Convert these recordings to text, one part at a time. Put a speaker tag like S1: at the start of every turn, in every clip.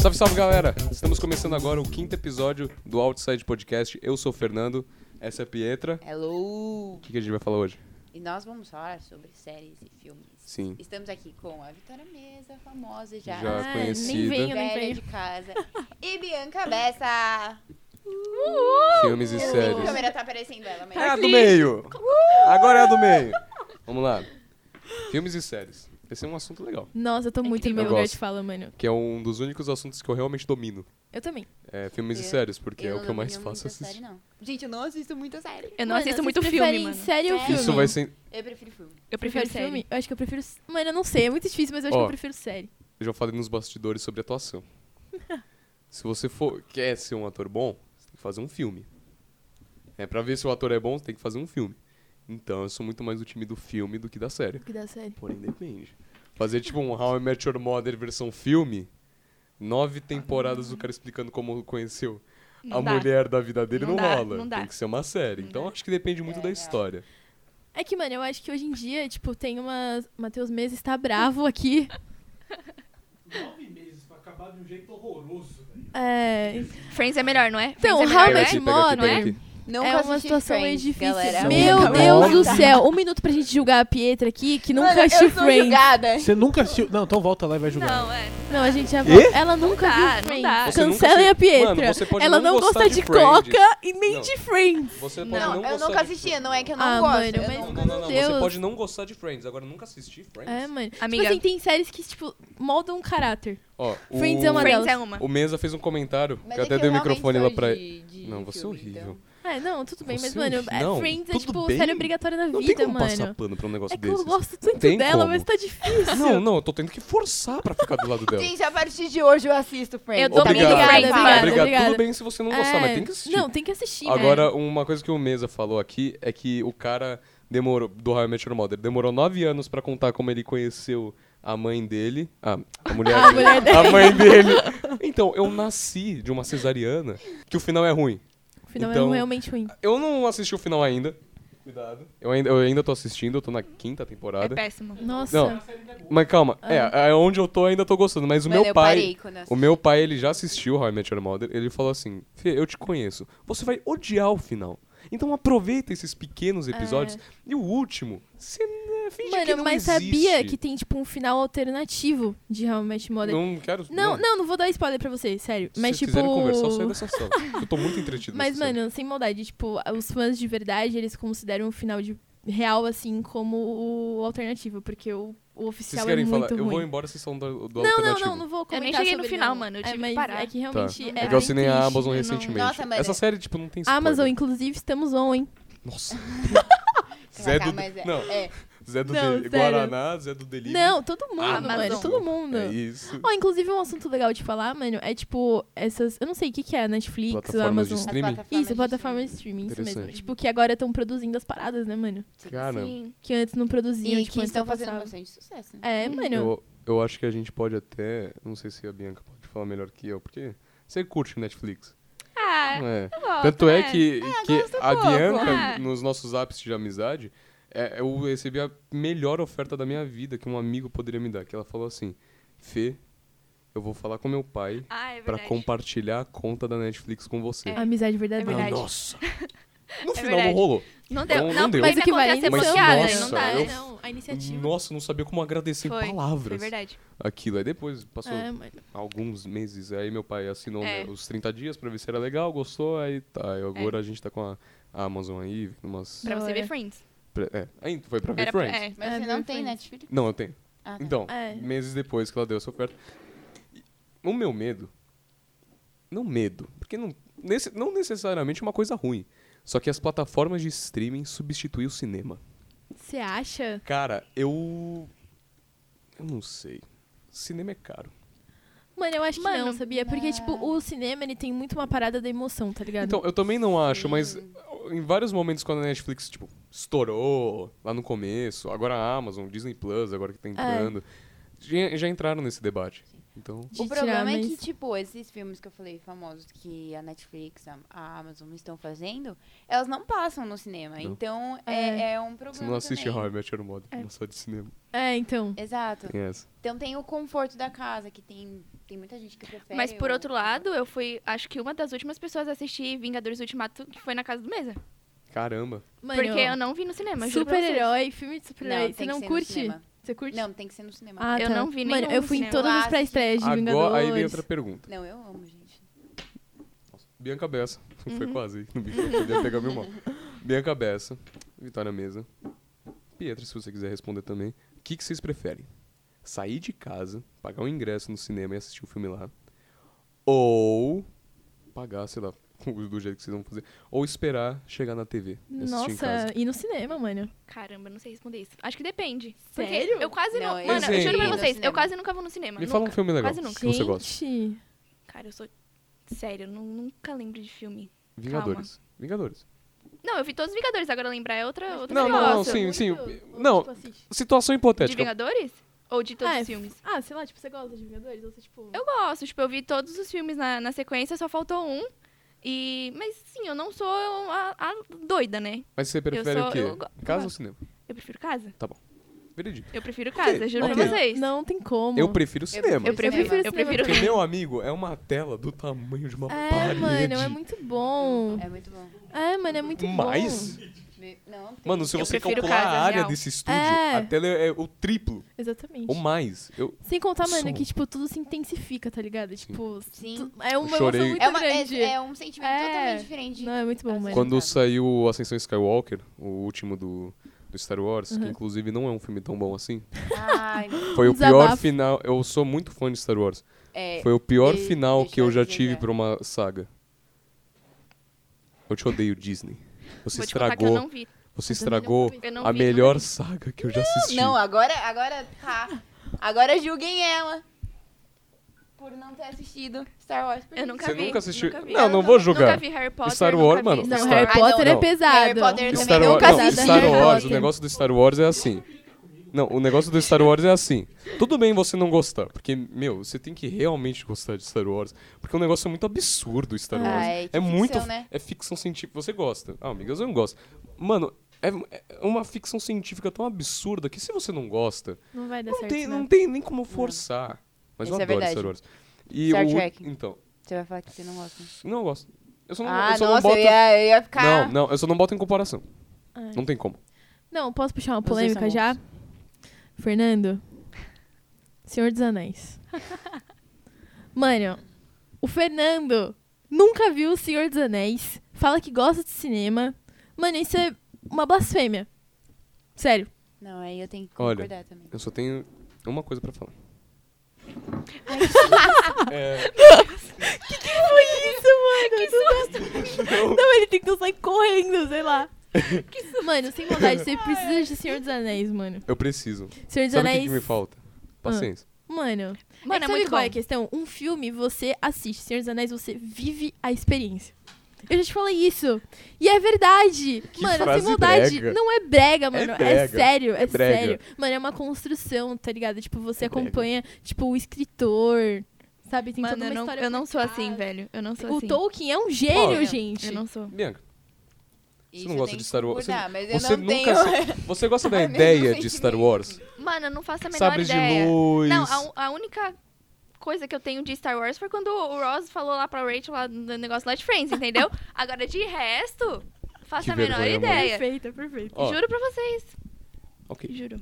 S1: Salve, salve galera! Estamos começando agora o quinto episódio do Outside Podcast. Eu sou o Fernando, essa é a Pietra.
S2: Hello!
S1: O que, que a gente vai falar hoje?
S2: E nós vamos falar sobre séries e filmes.
S1: Sim.
S2: Estamos aqui com a Vitória Mesa, famosa já,
S1: Já
S3: Ah,
S1: conhecida.
S3: Nem venho, nem
S2: velha
S3: venho.
S2: de casa, e Bianca Bessa.
S1: Filmes e
S2: A
S1: séries.
S2: câmera tá aparecendo ela, mas...
S1: É a do meio! Agora é a do meio! Vamos lá. Filmes e séries. Esse é um assunto legal.
S3: Nossa, eu tô muito no meu
S1: Eu
S3: lugar
S1: gosto.
S3: de fala, mano.
S1: Que é um dos únicos assuntos que eu realmente domino.
S3: Eu também.
S1: É filmes e
S2: Eu-
S1: séries, porque
S2: Eu
S1: é o
S2: não
S1: que eu mais
S2: domino
S1: faço
S2: muita série, né?
S1: assistir.
S2: não. Gente, eu não assisto muita série.
S3: Eu não
S4: Mano,
S3: assisto
S4: vocês
S3: muito filme,
S4: preferem
S3: mano.
S4: série ou
S2: Sério?
S4: filme?
S1: Isso vai ser.
S2: Eu prefiro filme.
S4: Eu prefiro
S3: Prefere
S4: série.
S3: filme? Eu acho que eu prefiro. Mano, eu não sei, é muito difícil, mas eu acho
S1: Ó.
S3: que eu prefiro série.
S1: Eu já falei nos bastidores sobre atuação. se você for, quer ser um ator bom, você tem que fazer um filme. É, pra ver se o ator é bom, você tem que fazer um filme. Então eu sou muito mais do time do filme do que da série.
S3: O que dá série?
S1: Porém, depende. Fazer tipo um How I Met Your Mother versão filme, nove temporadas do cara explicando como conheceu
S4: Não
S1: a
S4: dá.
S1: mulher da vida dele não,
S4: Não dá,
S1: rola.
S4: não dá.
S1: Tem que ser uma série. então acho que depende muito
S2: É,
S1: da
S2: real.
S1: história.
S3: É que, mano, eu acho que hoje em dia, tipo, tem uma. Matheus Mesa está bravo aqui.
S5: Nove meses pra acabar de um jeito horroroso, velho.
S3: É.
S4: Friends é melhor, não é?
S3: Então,
S4: Friends é
S3: How I
S4: melhor,
S3: Met
S4: não é?
S1: Pega aqui,
S3: Mother,
S1: pega aqui.
S2: Não
S3: é uma situação meio difícil. assim.
S1: galera.
S3: Meu
S1: Não,
S3: Deus do
S1: não.
S3: céu, um minuto pra gente julgar a Pietra aqui, que nunca
S2: Mano,
S3: assistiu
S2: eu sou
S3: Friends.
S2: julgada.
S5: Você nunca assistiu. Não, então volta lá e vai julgar.
S4: Não, é.
S3: Não, a gente já
S5: Quê?
S3: Ela nunca
S4: dá,
S3: viu
S4: não
S3: Friends.
S4: dá.
S1: Você nunca
S3: Cancelem
S1: assi-
S3: a Pietra.
S1: Mano, você pode
S3: ela
S1: não
S3: não,
S1: gostar
S3: gosta
S1: de
S3: de,
S1: Friends.
S3: coca e nem
S1: Não.
S3: de Friends.
S1: Você pode
S2: Não,
S1: não
S2: eu
S1: gostar
S2: nunca
S1: de
S2: assistia, não é que eu não
S3: Ah,
S2: gosto.
S3: mano,
S2: eu
S3: mas-
S1: Não,
S2: não-
S1: não, não, não. Você
S3: Deus.
S1: pode não gostar de Friends, agora nunca assistir Friends.
S3: É, mano.
S4: Amiga.
S3: Tipo assim, tem séries que, tipo, moldam um caráter.
S1: Ó, o...
S3: Friends é uma
S4: Friends
S3: delas.
S4: é uma.
S1: O Mesa fez um comentário,
S2: Mas
S1: que eu
S2: é
S1: até
S2: que
S1: dei o
S2: eu realmente
S1: microfone lá
S2: sou
S1: pra
S2: de- de
S1: Não, você é
S2: filme,
S1: horrível.
S2: então.
S3: Ah, não, tudo bem,
S1: Você
S3: mas, mano,
S1: horrível.
S3: é,
S1: Não,
S3: Friends é,
S1: tudo
S3: tipo,
S1: bem.
S3: série obrigatória na
S1: Não tem
S3: vida,
S1: como
S3: mano.
S1: passar pano pra um negócio
S3: É que
S1: desses.
S3: eu gosto tanto
S1: tem
S3: dela,
S1: como.
S3: mas tá difícil.
S1: Não, não, eu tô tendo que forçar pra ficar do lado dela.
S2: Gente, a partir de hoje eu assisto Friends.
S4: Eu tô
S2: tá
S4: bem
S1: Então. obrigado,
S2: ligado?
S4: ligada,
S1: obrigado,
S4: obrigada,
S1: obrigado.
S3: obrigada.
S1: Tudo bem se você não gostar,
S3: É,
S1: mas tem que assistir.
S3: Não, é. tem que assistir. né?
S1: Agora, uma coisa que o Mesa falou aqui é que o cara demorou, do How I Met Your Mother, demorou nove anos pra contar como ele conheceu a mãe dele. Ah, a mulher,
S3: A
S1: dele,
S3: mulher dele.
S1: A mãe dele. Então, eu nasci de uma cesariana que o final é ruim.
S3: né? O final
S1: então-
S3: é realmente ruim.
S1: Eu não assisti o final ainda. Cuidado. Eu ainda, eu ainda tô assistindo, eu tô na quinta
S4: É
S1: temporada.
S4: péssimo.
S3: Nossa.
S1: Não.
S5: A série não é boa.
S1: Mas calma,
S3: Ah.
S1: é, é onde eu tô ainda tô gostando, mas o
S2: Mano,
S1: meu
S2: eu
S1: pai.
S2: parei quando eu
S1: O meu pai, ele já assistiu How I Met Your Mother, ele falou assim, Fê, eu te conheço, você vai odiar o final. Então aproveita esses pequenos episódios. E o último, você né, finge que
S3: É. Mano,
S1: não
S3: mas
S1: existe.
S3: sabia que tem, tipo um final alternativo de How I Met Your Mother?
S1: Não quero... né,
S3: Não, não, não vou dar spoiler pra vocês, sério.
S1: Se
S3: mas,
S1: vocês
S3: tipo.
S1: quiserem conversar, eu saio dessa sala. Eu tô muito entretido
S3: Mas,
S1: nessa série.
S3: mano, sem maldade, tipo, os fãs de verdade, eles consideram o final de real, assim, como o alternativo, porque o, o
S1: Vocês
S3: oficial é
S1: querem
S3: muito
S1: falar?
S3: ruim.
S1: Eu vou embora, vocês falam do, do
S3: não, não,
S1: alternativo.
S3: não, não vou
S4: nem
S3: comentar
S4: cheguei no
S3: sobre,
S4: final,
S3: não.
S4: mano, eu
S3: é,
S4: tive que
S3: mas
S4: parar.
S3: É que
S1: Tá.
S3: realmente é,
S1: É que eu
S3: bem
S1: assinei a
S3: triste,
S1: Amazon
S3: eu não- é-
S1: recentemente.
S2: Nossa, mano.
S1: Essa série, tipo, não tem spoiler.
S3: Amazon, inclusive, estamos on, hein?
S1: Nossa. Zé
S2: Caraca,
S1: do...
S2: mas é-
S1: Não,
S2: é.
S1: Zé do
S3: Não,
S1: Deli-
S3: sério.
S1: Guaraná, Zé do Delírio.
S3: Não, todo mundo,
S1: Ah, Amazon.
S3: mano, todo mundo.
S1: É isso.
S3: Ó, inclusive, um assunto legal de falar, mano, é tipo, essas. Eu não sei o que, que é, Netflix,
S1: Plataformas de
S3: Amazon.
S1: streaming.
S3: Isso, plataforma de streaming, isso mesmo.
S1: Interessante.
S3: Tipo, que agora estão produzindo as paradas, né, mano?
S1: Cara,
S4: Sim.
S3: Que antes não produziam,
S2: E
S3: tipo,
S2: que
S3: antes
S2: estão
S3: só
S2: fazendo
S3: passava.
S2: bastante sucesso. né?
S3: É, mano.
S1: eu, eu acho que a gente pode até. Não sei se a Bianca pode falar melhor que eu, porque você curte Netflix.
S4: Ah,
S1: não é.
S4: eu gosto,
S1: Tanto é
S4: né?
S1: que, que
S2: gosto
S1: a
S2: pouco.
S1: Bianca,
S4: Ah.
S1: nos nossos apps de amizade, é, eu recebi a melhor oferta da minha vida que um amigo poderia me dar. Que ela falou assim: Fê, eu vou falar com meu pai
S4: Ah, é
S1: pra
S4: verdade.
S1: compartilar a conta da Netflix com você.
S4: É.
S3: Amizade
S1: Ah,
S3: verdadeira.
S4: verdade.
S1: nossa! No final não
S4: verdade.
S1: rolou.
S4: Não deu.
S1: Não,
S4: Não,
S1: não deu.
S3: Mas
S4: mas
S3: o que vale
S4: acontece é
S3: é
S1: Mas
S4: bloqueada,
S1: nossa,
S4: não dá. né?
S1: eu-
S4: Não.
S3: tá? a
S1: Nossa, não sabia como agradecer
S4: Foi,
S1: em palavras.
S4: Foi verdade. Ah.
S1: Aquilo. Aí depois passou
S3: É, mano.
S1: alguns meses. Aí meu pai assinou
S4: É.
S1: né, os 30 dias pra ver se era legal, gostou, aí tá. Aí agora a gente tá com a, a Amazon aí, vendo umas.
S4: Pra você
S3: Olha.
S4: ver Friends.
S1: pre- É, aí foi pra ver
S4: Era pra...
S1: Friends.
S4: É.
S2: Mas
S3: É,
S2: você não
S3: meu
S2: tem
S3: Friends.
S2: Netflix?
S1: Não, eu tenho.
S2: Ah, tá.
S1: Então,
S3: É.
S1: meses depois que ela deu essa oferta. E O meu medo. Não medo, porque não, nesse- não necessariamente é uma coisa ruim. Só que as plataformas de streaming substituem o cinema.
S3: Você acha?
S1: Cara, eu. Eu não sei. Cinema é caro.
S3: Mano, eu acho que
S4: Mano,
S3: não, sabia? Porque, tipo, o cinema, ele tem muito uma parada da emoção, tá ligado?
S1: Então, eu também não acho, mas em vários momentos quando a Netflix, tipo, estourou lá no
S2: É.
S1: começo, agora a Amazon, Disney Plus, agora que tá entrando, já, já entraram nesse debate. Então,
S3: de
S2: O
S3: tirar,
S2: problema é
S3: mas-
S2: que, tipo, esses filmes que eu falei famosos que a Netflix, a- a Amazon estão fazendo, elas não passam no cinema.
S1: Não.
S2: Então é, é um
S1: você
S2: problema.
S1: não assiste
S2: também.
S1: How I Met Your Mother,
S3: É.
S1: não só de cinema.
S3: É, então.
S2: Exato.
S1: Tem essa.
S2: Então tem o conforto da casa, que tem, tem muita gente que prefere.
S4: é, Mas por
S2: o-
S4: outro lado, eu fui, acho que uma das últimas pessoas a assistir Vingadores Ultimato, que foi na casa do Mesa.
S1: Caramba.
S3: Mano,
S4: porque eu não vi no cinema, juro pra vocês.
S3: Super-herói, filme de
S2: Não,
S3: super-herói. Você
S2: tem que
S3: não
S2: ser no
S3: curte?
S2: cinema.
S3: Você curte?
S2: Não, tem que ser no cinema.
S3: Ah,
S4: Eu
S3: tá.
S4: não vi
S3: Mano,
S4: nenhum
S3: eu fui em
S4: cinema.
S3: todas as pré-estreias de Vingadores.
S1: Agora, aí vem outra pergunta.
S2: Não, eu amo, gente.
S1: Bianca Bessa.
S4: Uhum.
S1: Foi quase. Não vi, podia pegar meu mal. Bianca Bessa, Vitória Mesa. Pietra, se você quiser responder também. O que, que vocês preferem? Sair de casa, pagar um ingresso no cinema e assistir o filme lá. Ou pagar, sei lá, do jeito que vocês vão fazer. Ou esperar chegar na TV. e assistir em casa.
S4: é,
S3: Nossa, e no cinema, mano.
S4: Caramba, não sei responder isso. Acho que depende.
S3: Sério?
S4: Porque eu quase não.
S2: Não, eu
S4: mano, eu juro
S1: Exemplo.
S4: pra
S1: no
S4: vocês, eu
S2: cinema.
S4: quase nunca vou no cinema.
S1: Me fala um
S4: nunca.
S1: filme legal
S4: Quase nunca.
S1: que você gosta.
S3: Gente,
S4: Cara, eu sou. Sério, eu nu- nunca lembro de filme.
S1: Vingadores. Vingadores.
S4: Não, eu vi todos os Vingadores, agora lembrar é outra, outra
S1: Não, não, não,
S4: negócio.
S1: sim,
S3: muito-
S1: sim.
S3: ou,
S1: Não.
S3: tipo, assiste.
S1: Situação
S4: De
S1: hipotética.
S4: Vingadores? Ou de todos
S3: Ah, é.
S4: os filmes?
S3: Ah, sei lá, tipo, você gosta de Vingadores? Ou você, tipo...
S4: Eu gosto, tipo, eu vi todos os filmes na, na sequência, só faltou um. E. Mas sim, eu não sou a, a doida, né?
S1: Mas você prefere
S4: sou-
S1: o quê?
S4: eu go-
S1: Casa ou
S4: gosto.
S1: cinema?
S4: Eu prefiro casa.
S1: Veredito.
S4: Eu prefiro casa, juro
S1: ok.
S4: pra vocês.
S3: Não tem como.
S1: Eu prefiro cinema.
S4: Eu prefiro,
S3: prefiro
S4: eu
S3: cinema
S4: prefiro
S1: Porque meu amigo é uma tela do tamanho de uma
S3: É,
S1: parede.
S3: mano, é muito bom.
S2: É muito bom.
S3: É, mano, é muito
S1: Um Mais?
S3: bom.
S2: Me- Não, tem.
S1: Mano, se
S4: Eu
S1: você
S4: prefiro
S1: calcular
S4: casa,
S1: a área
S4: real.
S1: desse estúdio,
S3: É.
S1: a tela é o triplo
S3: Exatamente.
S1: ou mais. Eu,
S3: Sem contar, mano,
S1: Um Som.
S3: que, tipo, tudo se intensifica, tá ligado? Tipo,
S2: Sim.
S3: tu- é uma
S1: chorei.
S3: emoção muito
S2: É, uma,
S3: grande.
S2: é, é um sentimento
S3: É.
S2: totalmente diferente.
S3: Não, é muito bom, mano.
S2: Mas
S1: quando
S2: não sabe.
S1: saiu Ascensão Skywalker, o último do, do Star Wars, que inclusive não é um filme tão bom assim,
S2: Ai,
S1: foi o pior
S3: Desabafo.
S1: final. Eu sou muito fã de Star Wars.
S2: é,
S1: Foi o pior
S2: e-
S1: final
S2: deixa
S1: que eu
S2: eu
S1: já
S2: dizer,
S1: tive
S2: já.
S1: pra uma saga. Eu te odeio, Disney. Você
S4: Vou te contar que eu
S1: estragou,
S4: não vi.
S1: você
S3: também não
S1: estragou
S4: vi. Eu não
S1: a
S4: vi, não
S1: melhor
S4: vi.
S1: saga que eu já assisti.
S2: Não, agora, agora tá. Agora julguem ela por não ter assistido Star Wars.
S4: Eu nunca
S1: Você
S4: vi.
S1: nunca assistiu?
S4: Nunca vi.
S1: Não,
S2: Eu
S1: não
S2: nunca-
S1: vou
S4: Nunca
S1: julgar.
S4: vi Harry Potter.
S1: Star
S4: nunca
S1: Wars,
S4: vi-
S1: mano,
S3: Não,
S1: Star-
S3: Harry Potter
S1: Não.
S3: é pesado.
S2: Harry Potter também
S1: Star
S2: não
S1: Wars,
S3: gosto
S1: não,
S3: de
S1: Star
S3: Harry
S1: Wars, o
S3: Potter.
S1: negócio do Star Wars é assim. Não, o negócio do Star Wars é assim. Tudo bem você não gostar, porque, meu, você tem que realmente gostar de Star Wars. Porque é um negócio muito absurdo Star
S2: Ah,
S1: Wars.
S2: é de ficção,
S1: muito.
S2: né?
S1: É ficção científica. Você gosta. Ah, amigas, eu não gosto. Mano, é, é uma ficção científica tão absurda que se você não gosta,
S3: Não vai dar
S1: não,
S3: certo,
S1: tem,
S3: né?
S1: não tem nem como forçar. Mas
S2: Isso
S1: eu
S2: é
S1: adoro
S2: verdade.
S1: Star Wars. E
S2: Star
S1: o-
S2: Trek.
S1: Então,
S2: Você vai falar que você não gosta.
S1: não eu gosto. Eu só não,
S2: Ah,
S1: eu só
S2: nossa,
S1: não boto.
S2: eu, ia, eu ia ficar.
S1: Não, não, eu só não boto em comparação.
S3: Ai.
S1: Não tem como.
S3: Não, posso puxar uma
S2: Vocês são
S3: polêmica
S2: bons.
S3: já? Fernando, Senhor dos Anéis. Mano, o Fernando nunca viu o Senhor dos Anéis, fala que gosta de cinema. Mano, isso é uma blasfêmia. Sério.
S2: Não, aí eu tenho que
S1: Olha,
S2: concordar também.
S1: Eu só tenho uma coisa pra falar.
S3: Que que foi isso, mano? Que susto! Não, ele tentou sair correndo, sei
S4: É
S3: lá. É Mano, sem maldade, você precisa de Senhor dos Anéis, mano.
S1: Eu preciso.
S3: Senhor dos
S1: Sabe o
S3: Anéis.
S1: que, que me falta? Paciência.
S3: Mano,
S4: Mano,
S3: é, que
S4: é
S3: sabe
S4: muito
S3: qual
S4: bom.
S3: é a questão? Um filme você assiste, Senhor dos Anéis você vive a experiência. Eu já te falei isso. E é verdade.
S1: Que
S3: mano,
S1: frase
S3: sem maldade.
S1: brega.
S3: Não é brega, mano. É,
S1: brega.
S3: sério, é,
S1: brega.
S3: sério. Mano, é uma construção, tá ligado? Tipo, você
S1: É brega.
S3: acompanha, tipo, o escritor, sabe? Tem
S4: Mano,
S3: toda uma
S4: eu não,
S3: história.
S4: eu não
S3: por
S4: sou
S3: trás.
S4: assim, velho. Eu não sou
S3: O
S4: assim.
S3: Tolkien é um gênio,
S1: Ó,
S3: gente.
S4: Eu não sou.
S1: Bianca,
S2: Isso
S1: não
S2: eu
S1: gosta
S2: tenho
S1: de
S2: que
S1: Star Wars? Você-
S2: concordar, mas eu
S1: você
S2: não
S1: nunca.
S2: tenho-
S1: Você gosta da
S2: Ai, mesmo
S1: ideia de Star
S2: sentimento.
S1: Wars?
S4: Mano, eu não faço a menor
S1: Sabres
S4: ideia.
S1: de luz.
S4: Não, um- a u- a, única coisa que eu tenho de Star Wars foi quando o Ross falou lá pra Rachel lá no negócio lá de Friends, entendeu? Agora, de resto, faço
S1: Que
S4: a menor
S1: vergonha, mano.
S4: ideia.
S3: É. Perfeito, perfeito.
S1: Ó,
S4: Juro pra vocês.
S1: ok.
S4: Juro.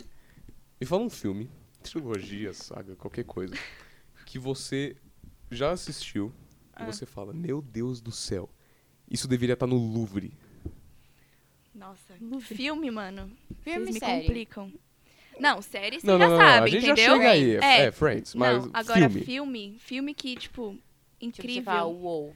S1: Me fala um filme, trilogia, saga, qualquer coisa, que você já assistiu e
S4: Ah.
S1: você fala: Meu Deus do céu, isso deveria estar no Louvre.
S4: Nossa. Filme, mano.
S2: Filme
S4: Vocês me
S2: série.
S4: complicam. Não, série você
S1: não,
S4: já
S1: não, não, a
S4: sabe,
S1: gente
S4: entendeu?
S1: já chega aí.
S4: É,
S1: É, Friends, mas
S4: não, agora
S1: filme.
S4: filme, filme que, tipo,
S2: Tipo, você
S4: incrível.
S2: fala, uou.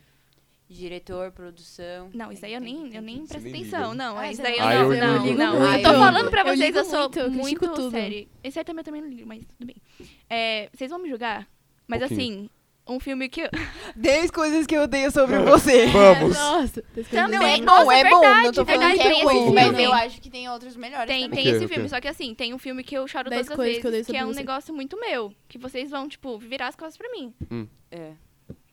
S2: Diretor, produção.
S4: Não, isso daí eu nem, eu nem
S1: Você
S4: presto
S1: nem
S4: atenção.
S1: liga.
S4: Não,
S2: Ah,
S4: isso
S2: você
S4: daí eu
S1: não- Ah,
S4: não.
S1: eu
S4: não,
S1: ligo
S4: não.
S1: muito.
S4: Eu tô
S1: Eu
S4: falando pra
S3: ligo
S4: vocês, eu sou
S3: muito, eu critico
S4: muito
S3: tudo.
S4: série. Esse aí também eu também não ligo, mas tudo bem. É, vocês vão me julgar? Mas
S1: Pouquinho.
S4: assim, um filme que.
S6: 10 coisas que eu odeio sobre você.
S1: Vamos!
S3: Nossa. tá escondendo.
S4: Também.
S6: Não, é,
S4: Nossa,
S6: não, é bom,
S4: verdade,
S6: não tô falando que
S4: verdade,
S6: é
S4: tem
S6: ruim,
S4: esse
S6: mas
S4: filme.
S6: eu
S2: eu acho que é tem outros melhores
S4: Tem,
S2: também.
S4: tem
S1: Ok,
S4: esse
S1: ok.
S4: filme, só que assim, tem um filme que eu choro
S3: Dez
S4: todas as
S3: coisas que eu
S4: vezes, que,
S3: odeio
S4: é um
S3: sobre você.
S4: negócio muito meu, que vocês vão, tipo, virar as costas pra mim.
S2: É.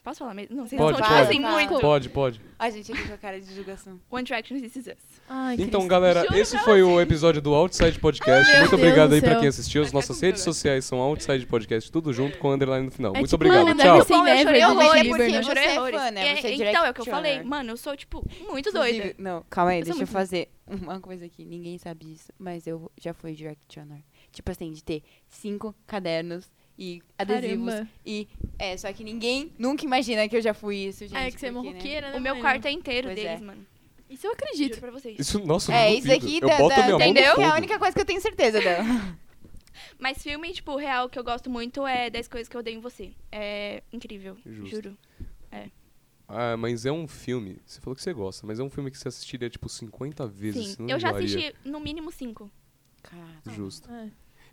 S4: Posso falar mesmo? Não, vocês
S1: Pode,
S4: não
S1: pode.
S4: assim
S2: Fala.
S4: muito.
S1: Pode, pode.
S2: A gente aqui com a cara de julgação.
S4: One Direction, This Is Us.
S3: Ai,
S1: Então,
S3: Cristo.
S1: galera,
S4: Juro
S1: esse
S4: pra
S1: foi o episódio do Outside Podcast.
S3: Meu
S1: Muito
S3: Deus
S1: obrigado
S3: do
S1: aí pra
S3: céu.
S1: quem assistiu. As
S4: Vai
S1: nossas
S4: ficar
S1: redes
S4: com
S1: sociais são Outside Podcast, tudo junto com o underline no final.
S3: É
S1: Muito
S3: tipo
S1: obrigado,
S3: uma
S1: tchau.
S3: Sem
S4: eu chorei
S3: Never, do
S4: horrores
S3: Justin
S4: porque
S3: Bieber,
S4: eu
S2: né?
S4: chorei
S2: Você é
S4: horrores.
S2: fã, né?
S4: É,
S2: Você é
S4: então, é o que eu
S2: directioner.
S4: falei. Mano, eu sou, tipo, muito doida.
S2: Inclusive- Não, calma aí,
S4: Eu sou
S2: deixa eu
S4: muito-
S2: fazer uma coisa que ninguém sabe isso, mas eu já fui directioner. Tipo assim, de ter cinco cadernos e adesivos
S3: Caramba.
S2: e... É, só que ninguém nunca imagina que eu já fui isso, gente.
S3: É que você é
S2: porque, né?
S3: morroqueira, né?
S4: O meu
S3: mãe?
S4: quarto é inteiro
S2: Pois
S4: deles,
S2: é.
S4: mano.
S3: Isso eu
S4: Juro
S3: acredito.
S4: pra vocês.
S1: Isso, nossa,
S2: É,
S1: eu
S2: isso
S1: duvido.
S2: aqui
S1: eu
S2: da,
S1: boto
S2: da-
S1: a minha mão no
S2: entendeu?
S1: fogo.
S2: é a única coisa que eu tenho certeza dela.
S4: Mas filme, tipo, real que eu gosto muito é 10 coisas que eu odeio em você. É incrível,
S1: Justo.
S4: juro.
S1: Ah, mas é um filme. Você falou que você gosta, mas é um filme que você assistiria tipo 50 vezes.
S4: Sim,
S1: você não
S4: eu já
S1: enjoaria.
S4: assisti no mínimo 5.
S2: Cara,
S1: Justo.
S3: É.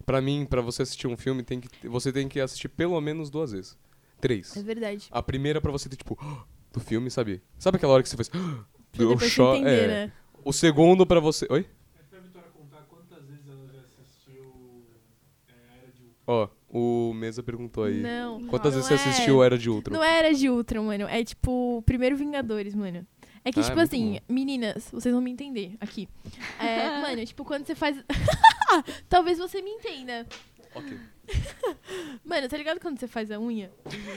S1: Pra mim, pra você assistir um filme, tem que, você tem que assistir pelo menos duas vezes.
S3: É
S1: Três.
S3: verdade.
S1: A primeira pra você ter, tipo, do filme, sabe? Sabe aquela hora que você faz.
S3: Pra
S1: Eu
S3: depois você
S1: cho-
S3: entender,
S1: é.
S3: né?
S1: O segundo pra você. Oi?
S5: É pra Vitória contar quantas vezes ela já assistiu é, a Era de Ultron.
S1: Ó, o Mesa perguntou aí.
S3: Não.
S1: Quantas
S3: não
S1: vezes você
S3: é-
S1: assistiu Era de Ultron?
S3: Não era de Ultra, mano. É tipo, primeiro Vingadores, mano. É que,
S1: Ah, é
S3: tipo
S1: muito
S3: assim, meninas, vocês vão me entender aqui. É, mano, tipo, quando você faz. Talvez você me entenda.
S1: Ok.
S3: Mano, tá ligado quando você faz a unha?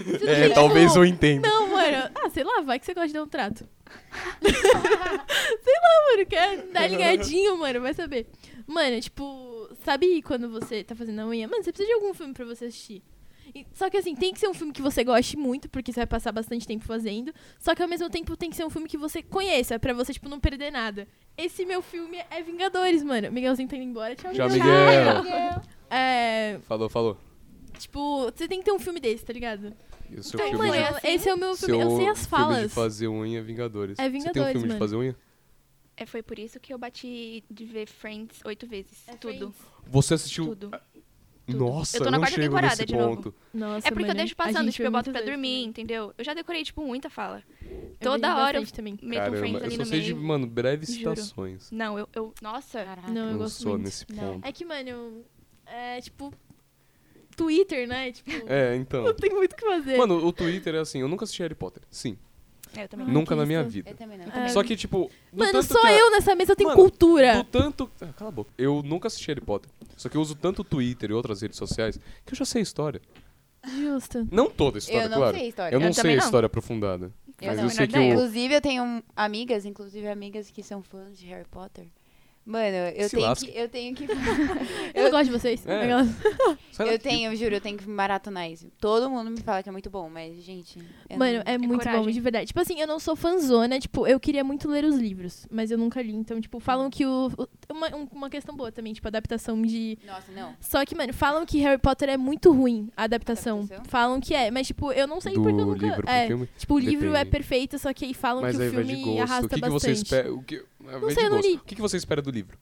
S3: Você não
S1: É,
S3: tem,
S1: talvez
S3: tipo,
S1: eu entenda.
S3: Não, mano. Ah, sei lá, vai que você gosta de dar um trato. sei lá, mano, quer dar ligadinho, mano, vai saber. Mano, tipo, sabe quando você tá fazendo a unha? Mano, você precisa de algum filme pra você assistir. E- Só que assim, tem que ser um filme que você goste muito, porque você vai passar bastante tempo fazendo. Só que ao mesmo tempo tem que ser um filme que você conheça, pra você, tipo, não perder nada. Esse meu filme é Vingadores, mano. Miguelzinho tá indo embora. Tchau,
S1: Tchau,
S3: Miguel.
S1: Miguel.
S3: É.
S1: Falou, falou.
S3: Tipo, você tem que ter um filme desse, tá ligado?
S1: E o seu
S3: Então,
S1: filme
S3: mano,
S1: de-
S4: é assim?
S3: esse é o meu
S1: seu
S3: filme. Eu sei
S1: filme
S3: as
S1: de
S3: falas.
S1: fazer unha é Vingadores.
S3: É
S1: Você tem um
S3: Vingadores,
S1: filme de
S3: mano.
S1: fazer unha?
S4: É, foi por isso que eu bati de ver Friends oito vezes.
S3: É
S4: tudo.
S1: Você assistiu.
S4: Tudo. É Tudo.
S1: Nossa,
S4: Eu tô
S1: eu
S4: na
S1: não
S4: quarta
S1: chego
S4: temporada
S1: nesse
S4: de novo.
S1: ponto.
S3: Nossa,
S4: É porque eu
S3: mano,
S4: deixo
S3: a
S4: passando,
S3: gente
S4: tipo, eu
S3: vê
S4: boto pra
S3: muitas vezes
S4: dormir,
S3: também.
S4: entendeu? Eu já decorei, tipo, muita fala.
S3: Eu
S4: Toda
S3: vejo
S4: hora eu
S3: bastante também.
S4: meto um
S1: Caramba,
S4: Friends
S1: eu
S4: ali
S1: só
S4: no
S1: sei de,
S4: meio.
S1: mano, breves
S4: Juro.
S1: citações.
S4: Não, eu, eu... Nossa,
S2: caraca.
S3: Ah, Não, eu
S1: não
S3: gosto
S1: sou
S3: muito.
S1: nesse
S2: Não.
S1: ponto.
S3: É que, mano, é tipo Twitter, né? Tipo,
S1: É, então.
S3: não tem muito o que fazer.
S1: Mano, o Twitter é assim, eu nunca assisti Harry Potter. Sim.
S4: é, eu também.
S3: Ai,
S1: nunca
S3: que
S1: na minha
S3: isso.
S1: vida.
S2: Eu também não.
S3: É.
S1: Só que, tipo. do
S3: Mano,
S1: tanto
S3: só
S1: que a-
S3: eu nessa mesa eu tenho
S1: Mano,
S3: cultura.
S1: Do tanto. Ah, cala a boca. Eu nunca assisti Harry Potter. Só que eu uso tanto o Twitter e outras redes sociais que eu já sei a história.
S3: Justo.
S1: Não toda a história,
S4: Ah.
S2: eu não
S1: claro.
S2: sei a história.
S1: Eu não
S4: Eu
S1: sei
S4: também
S1: a
S4: não.
S1: história aprofundada.
S2: Eu
S1: mas
S2: não.
S1: eu sei que
S4: Menor
S1: o.
S2: É, Inclusive, eu tenho um- amigas, inclusive amigas que são fãs de Harry Potter. Mano, eu
S1: Se
S2: tenho
S1: lasque.
S2: que. Eu tenho que.
S3: Eu,
S2: Eu-
S3: gosto de vocês.
S1: É.
S3: Aquelas-
S1: Sai
S2: eu
S1: daqui.
S2: tenho, juro, eu tenho que maratonar isso. Todo mundo me fala que é muito bom, mas, gente. eu
S3: Mano,
S2: não-
S3: é muito bom,
S4: coragem.
S3: de verdade. Tipo assim, eu não sou fanzona, tipo, eu queria muito ler os livros, mas eu nunca li. Então, tipo, falam que o. o- Uma, um- uma questão boa também, tipo, adaptação de
S2: Nossa, não.
S3: Só que, mano, falam que Harry Potter é muito ruim a adaptação.
S2: Adaptação?
S3: Falam que é, mas, tipo, eu não sei
S1: Do
S3: porque eu nunca.
S1: livro pro
S3: é,
S1: filme?
S3: tipo, o livro é
S1: Depende.
S3: perfeito, só que aí falam
S1: Mas
S3: que
S1: aí
S3: o
S1: vai de
S3: filme
S1: gosto. O
S3: arrasta
S1: que, que
S3: bastante.
S1: você espera? O que... vai
S3: sei,
S1: de
S3: eu não
S1: gosto.
S3: li.
S1: O que, que você espera do livro?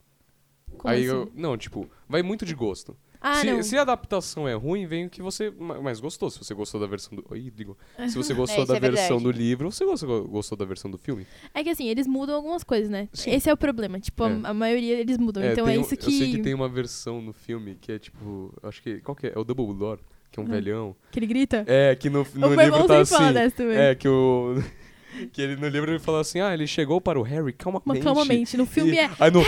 S3: Como
S1: Aí
S3: assim?
S1: eu. Não, tipo, vai muito de gosto.
S3: Ah,
S1: se,
S3: não.
S1: se a adaptação é ruim, vem o que você ma- mais gostou. Se você gostou da versão do. Ih, digo. Se você gostou
S2: isso
S1: da
S2: é
S1: versão
S2: verdade.
S1: do livro, você gostou, gostou da versão do filme?
S3: É que assim, eles mudam algumas coisas, né?
S1: Sim.
S3: Esse é o problema. Tipo, a-
S1: É.
S3: a, maioria eles mudam.
S1: É,
S3: então
S1: tem
S3: é
S1: um-
S3: isso que.
S1: Eu sei que tem uma versão no filme que é tipo. Acho que. Qual que é? É o Dumbledore, que é um
S3: Hum.
S1: velhão.
S3: que ele grita.
S1: É, que no, no
S3: o meu
S1: livro
S3: irmão
S1: tá
S3: sempre
S1: assim.
S3: fala dessa também.
S1: É, que o. Que ele no livro ele fala assim: ah, ele chegou para o Harry
S3: Mas
S1: calmamente.
S3: calmamente, no
S1: E-
S3: filme é.
S1: Aí no.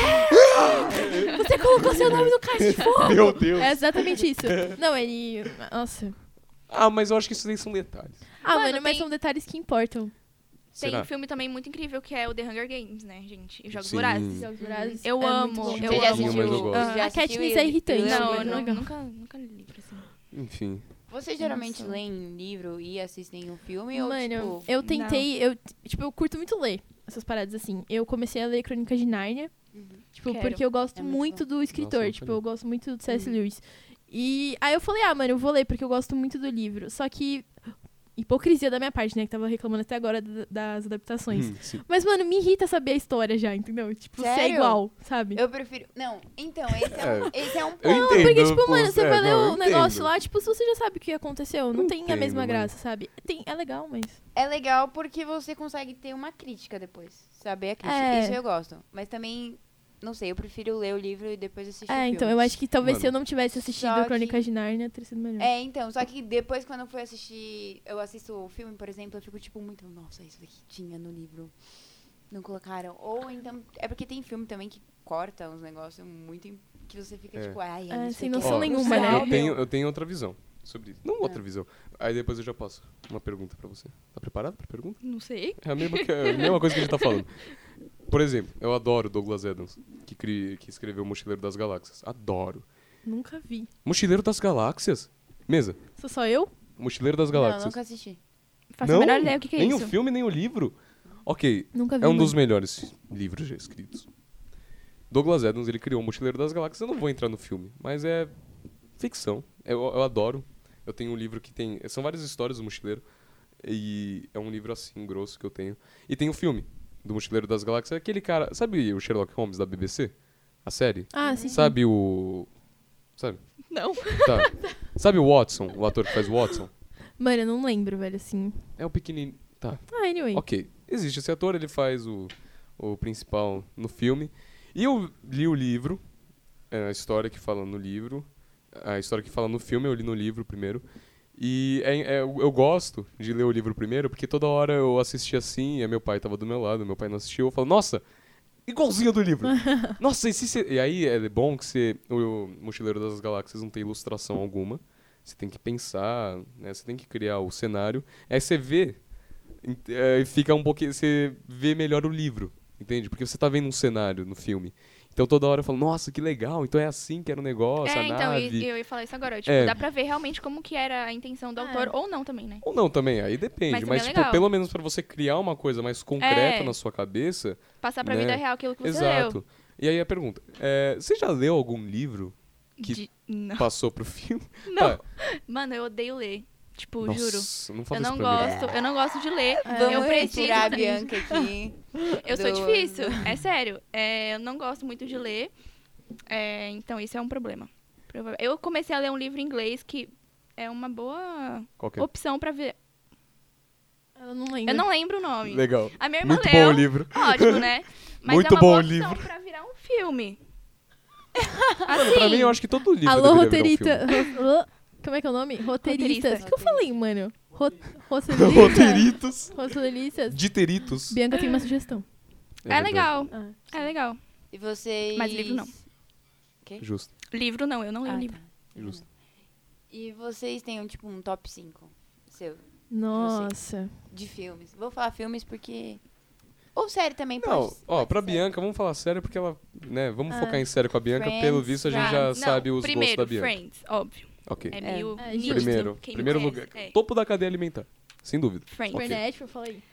S3: Você colocou seu nome no caixa de fogo!
S1: Meu Deus!
S3: É exatamente isso. Não, ele. Nossa.
S1: Ah, mas eu acho que isso daí são detalhes.
S3: Ah,
S4: Mano,
S3: mano, mas
S4: tem-
S3: são detalhes que importam.
S4: Tem
S1: Será?
S4: um filme também muito incrível que é o The Hunger Games, né, gente? E Jogos
S1: Sim.
S4: Vorazes.
S3: Jogos Vorazes
S4: Eu
S3: é muito
S4: amo,
S3: bom.
S4: eu
S2: Você já
S4: amo.
S1: Sim, mas eu
S2: assistiu?
S1: gosto.
S2: você já
S3: A
S2: assistiu
S3: Katniss
S2: ele?
S3: é irritante.
S2: Ele é
S4: Não,
S3: mas
S4: eu
S2: muito
S3: não
S4: não,
S2: legal.
S4: nunca, nunca li livro, assim.
S1: Enfim.
S2: Vocês geralmente
S3: Nossa.
S2: leem um livro e assistem um filme
S3: Mano,
S2: ou tipo.
S3: eu tentei, eu, tipo, eu curto muito ler essas paradas assim. Eu comecei a ler Crônica de Nárnia,
S2: Uhum.
S3: tipo,
S4: Quero.
S3: porque eu gosto
S2: É muito Hum.
S3: muito do escritor,
S1: nunca
S3: tipo,
S1: li.
S3: eu gosto muito do C.S. Lewis. E aí eu falei, ah, mano, eu vou ler porque eu gosto muito do livro. Só que hipocrisia da minha parte, né? Que tava reclamando até agora da- das adaptações.
S1: Hum, sim.
S3: Mas, mano, me irrita saber a história já, entendeu? Tipo, se é
S2: Sério?
S3: igual, sabe?
S2: Eu prefiro. Não, então, esse é um, esse é um
S1: Eu
S2: ponto.
S1: entendo.
S3: Porque, tipo,
S1: pô,
S3: mano, você
S1: é,
S3: vai ler
S1: não, eu
S3: o negócio
S1: entendo.
S3: lá, tipo, se você já sabe o que aconteceu. Não
S1: Eu
S3: tem a
S1: entendo,
S3: mesma
S1: mano.
S3: graça, sabe? Tem, é legal, mas.
S2: É legal porque você consegue ter uma crítica depois. Saber a crítica.
S3: É.
S2: Isso eu gosto. Mas também, não sei, eu prefiro ler o livro e depois assistir o
S3: É,
S2: filme.
S3: então, eu acho que talvez se eu
S1: Mano.
S3: não tivesse assistido
S2: Só
S3: a
S2: que-
S3: Crônicas de Nárnia, teria sido melhor.
S2: É, então, só que depois quando eu fui assistir, eu assisto o filme, por exemplo, eu fico tipo muito, nossa, isso daqui tinha no livro. Não colocaram. Ou então, é porque tem filme também que corta uns negócios muito im- que você fica
S1: É.
S2: tipo, ai,
S3: É,
S2: ai,
S3: sem
S1: Ó,
S3: noção nenhuma,
S1: eu
S3: né? Ah.
S1: tenho- Eu tenho, outra visão sobre isso. Não outra visão. Aí depois eu já passo uma pergunta pra você. Tá preparado pra pergunta?
S4: Não sei.
S1: É a mesma, que- a mesma coisa que a gente tá falando. Por exemplo, eu adoro Douglas Adams, que, cri, que escreveu Mochileiro das Galáxias. Adoro.
S3: Nunca vi.
S1: Mochileiro das Galáxias? Mesa.
S3: Sou só eu?
S1: Mochileiro das
S2: Não,
S1: Galáxias.
S2: nunca assisti.
S4: Faço a menor ideia o que, que é
S1: nem
S4: isso.
S1: o filme, nem o livro. Ok,
S3: Nunca vi.
S1: É um
S3: mano.
S1: dos melhores livros já escritos. Douglas Adams, ele criou o Mochileiro das Galáxias. Eu não vou entrar no filme, mas é ficção. Eu, eu adoro. Eu tenho um livro que tem... São várias histórias do Mochileiro. E é um livro assim, grosso, que eu tenho. E tem o filme do Mochileiro das Galáxias. É Aquele cara... Sabe o Sherlock Holmes da BBC? A série?
S3: Ah, sim. sim.
S1: Sabe o... Sabe?
S4: Não.
S1: Tá. Sabe o Watson? O ator que faz o Watson?
S3: Mano, eu não lembro, velho, assim.
S1: É o pequenininho... Tá.
S3: Ah, anyway.
S1: Ok. Existe esse ator, ele faz o, o principal no filme. E eu li o livro, é, a história que fala no livro. A história que fala no filme, eu li no livro primeiro. E é- é- eu eu gosto de ler o livro primeiro, porque toda hora eu assistia assim, e meu pai tava do meu lado, meu pai não assistiu, eu falo, nossa, igualzinho do livro. nossa, e, se cê- e aí é bom que você, o Mochileiro das Galáxias não tem ilustração alguma, você tem que pensar, né, você tem que criar o cenário, aí você vê Ent- é, fica um pouquinho. Você vê melhor o livro, entende? Porque você tá vendo um cenário no filme. Então toda hora eu falo, nossa, que legal, então é assim que era o negócio,
S4: é,
S1: a
S4: então, e-
S1: nave.
S4: eu ia falar isso agora. Tipo,
S1: É.
S4: dá pra ver realmente como que era a intenção do
S3: Ah,
S4: autor,
S3: é.
S4: ou não também, né?
S1: Ou não também, aí depende. Mas,
S4: Mas também é
S1: tipo,
S4: legal.
S1: pelo menos pra você criar uma coisa mais concreta
S4: É.
S1: na sua cabeça.
S4: Passar pra
S1: Né?
S4: vida real aquilo que você
S1: exato. E aí a pergunta: é, você já leu algum livro
S4: leu.
S1: Que-
S4: De- Não.
S1: passou pro filme?
S4: Não. Mano, eu odeio ler. Tipo,
S1: Nossa,
S4: juro.
S1: não
S4: Eu
S1: fala isso
S4: não
S1: pra mim.
S4: gosto, eu não gosto de ler.
S3: É.
S4: eu
S2: É. Vamos
S4: preciso.
S2: retirar a Bianca aqui.
S4: Eu sou
S2: do-
S4: difícil, é sério. É, eu não gosto muito de ler. É, então, isso é um problema. Prova- Eu comecei a ler um livro em inglês que é uma boa
S1: Qual que é?
S4: opção pra ver.
S3: Eu não lembro.
S4: Eu não lembro o nome.
S1: Legal.
S4: A minha irmã
S1: Muito
S4: leu.
S1: bom o livro.
S4: Ótimo, né? Mas
S1: Muito
S4: é uma
S1: bom
S4: boa
S1: o
S4: opção
S1: livro.
S4: pra virar um filme. Assim,
S1: Pra mim, é eu acho que todo livro
S3: Alô,
S1: deveria virar um
S3: roteirista. Ro- ro- Como é que é o nome? Roteiristas. O que eu falei, mano? Ro-
S1: um filme.
S3: Roteiristas.
S1: Roteiritos.
S3: Roteiristas.
S1: Diteritos.
S3: Bianca tem uma sugestão.
S4: É,
S1: verdade.
S4: legal,
S3: Ah.
S4: é legal.
S2: E vocês.
S4: Mas livro não.
S1: Justo,
S4: Livro não, eu não leio
S2: Ah,
S4: livro.
S2: tá.
S1: justo.
S2: E vocês têm, um, tipo, um top 5 seu
S3: Nossa.
S2: de filmes. Vou falar filmes porque. Ou série também
S1: Não,
S4: Então,
S2: pode.
S1: ó,
S2: pode
S1: pra
S2: ser.
S1: Bianca, vamos falar sério, porque ela, né, vamos
S3: Ah.
S1: focar em sério com a Bianca,
S2: Friends,
S1: pelo visto a gente já
S4: Ah, Não,
S1: sabe os gostos
S4: primeiro,
S1: da Bianca.
S4: Friends, óbvio.
S1: Ok.
S4: É,
S2: É.
S4: meio
S3: É,
S4: nítido.
S1: primeiro,
S4: Quem me
S1: primeiro
S4: conhece,
S1: lugar,
S4: é.
S1: topo da cadeia alimentar, sem dúvida.
S4: Friends,
S1: Ok.
S3: Internet, eu falei.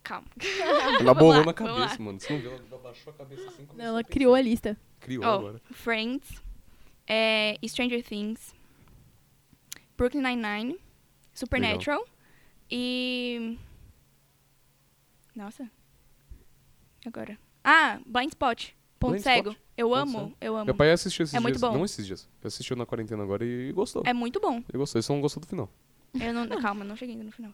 S4: calma.
S1: Ela
S4: Vamos
S1: bolou
S4: lá,
S1: na
S4: vamos
S1: cabeça,
S4: lá.
S1: mano, você não viu, ela abaixou a cabeça assim.
S3: Não,
S1: começou
S3: ela
S1: a pensar.
S3: criou a lista.
S1: Criou
S4: Ó,
S1: agora.
S4: Friends, é, Stranger Things, Brooklyn Nine-Nine, Supernatural e... Nossa. Agora. Ah, Blind Spot, Ponto
S1: Blind
S4: Cego.
S1: Spot?
S4: Eu
S1: Ponto
S4: amo,
S1: Cego.
S4: eu amo.
S1: Meu pai assistiu esses
S4: É muito
S1: dias,
S4: bom.
S1: não esses dias, assistiu na quarentena agora e gostou.
S4: É muito bom.
S1: Ele gostou, ele só não gostou do final.
S4: Eu não, calma, não cheguei ainda no final.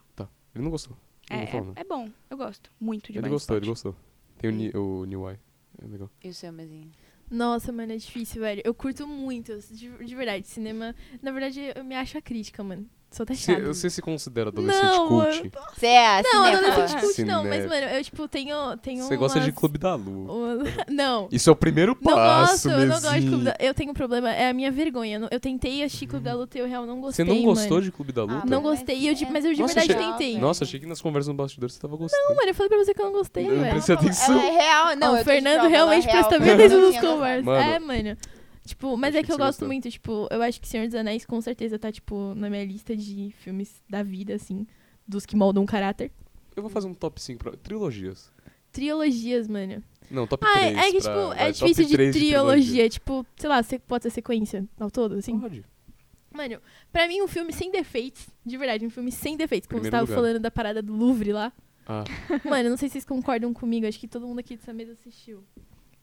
S1: Ele não gostou.
S4: É,
S1: Não vou falar, não.
S4: é, é bom, eu gosto muito de
S1: Ele
S4: Blind
S1: gostou,
S4: Spot.
S1: ele gostou. Tem o,
S3: Hum.
S1: Ni- o New Eye, é legal.
S2: E o seu, mesinho?
S3: Nossa, mano, é difícil, velho. Eu curto muito, de, de verdade. Cinema. Na verdade, eu me acho a crítica, mano. Sou
S1: Você,
S3: taxada.
S1: você se considera adolescente
S3: Não,
S1: cult?
S2: Você é a
S3: Não, eu
S2: cinéfila?
S3: não sou cult, não. Mas,
S1: Cinéfila.
S3: mano, eu, tipo, tenho. tenho
S1: Você gosta de
S3: umas-
S1: Clube da Lua.
S3: umas- Não.
S1: Isso é o primeiro
S3: Não
S1: passo,
S3: gosto, eu não gosto de
S1: Mezinho.
S3: Clube da... Eu tenho um problema, é a minha vergonha. Eu não- Eu tentei assistir Clube da Luta e eu realmente não
S1: Você
S3: gostei,
S1: não gostou
S3: mano. Ah,
S1: de Clube da
S2: Ah,
S1: Luta?
S3: Não gostei, eu de- mas eu de
S1: Nossa,
S3: verdade
S1: achei-
S3: tentei.
S1: Nossa, achei que nas conversas no bastidor você tava gostando.
S3: Não, mano, eu falei pra você que eu não gostei,
S1: Eu não
S3: velho.
S1: preciso- Presta atenção.
S2: Ela é real, não.
S3: Não,
S2: eu
S3: o
S2: tô de
S3: Fernando
S2: prova, ela é
S3: realmente
S2: real,
S3: presta
S2: porque
S3: bem
S2: eu não
S3: atenção nos
S2: tinha gostado.
S3: conversas.
S1: Mano.
S3: É, mano. Tipo, mas
S1: Achei
S3: é
S1: que
S3: que eu
S1: você
S3: gosto
S1: gostou.
S3: muito, tipo, eu acho que Senhor dos Anéis com certeza tá, tipo, na minha lista de filmes da vida, assim, dos que moldam o caráter.
S1: Eu vou fazer um top 5 pra... Trilogias.
S3: Trilogias, mano.
S1: Não, top
S3: Ah, é,
S1: 3.
S3: é
S1: pra-
S3: que, tipo,
S1: vai,
S3: é
S1: top
S3: difícil de
S1: três
S3: trilogia. Tipo, sei lá, se- pode ser sequência ao todo, assim?
S1: Pode.
S3: Mano, pra mim, um filme sem defeitos, de verdade, um filme sem defeitos, como você
S1: Primeiro
S3: tava
S1: lugar.
S3: falando da parada do Louvre lá.
S1: Ah,
S3: Mano, não sei se vocês concordam comigo, acho que todo mundo aqui dessa mesa assistiu.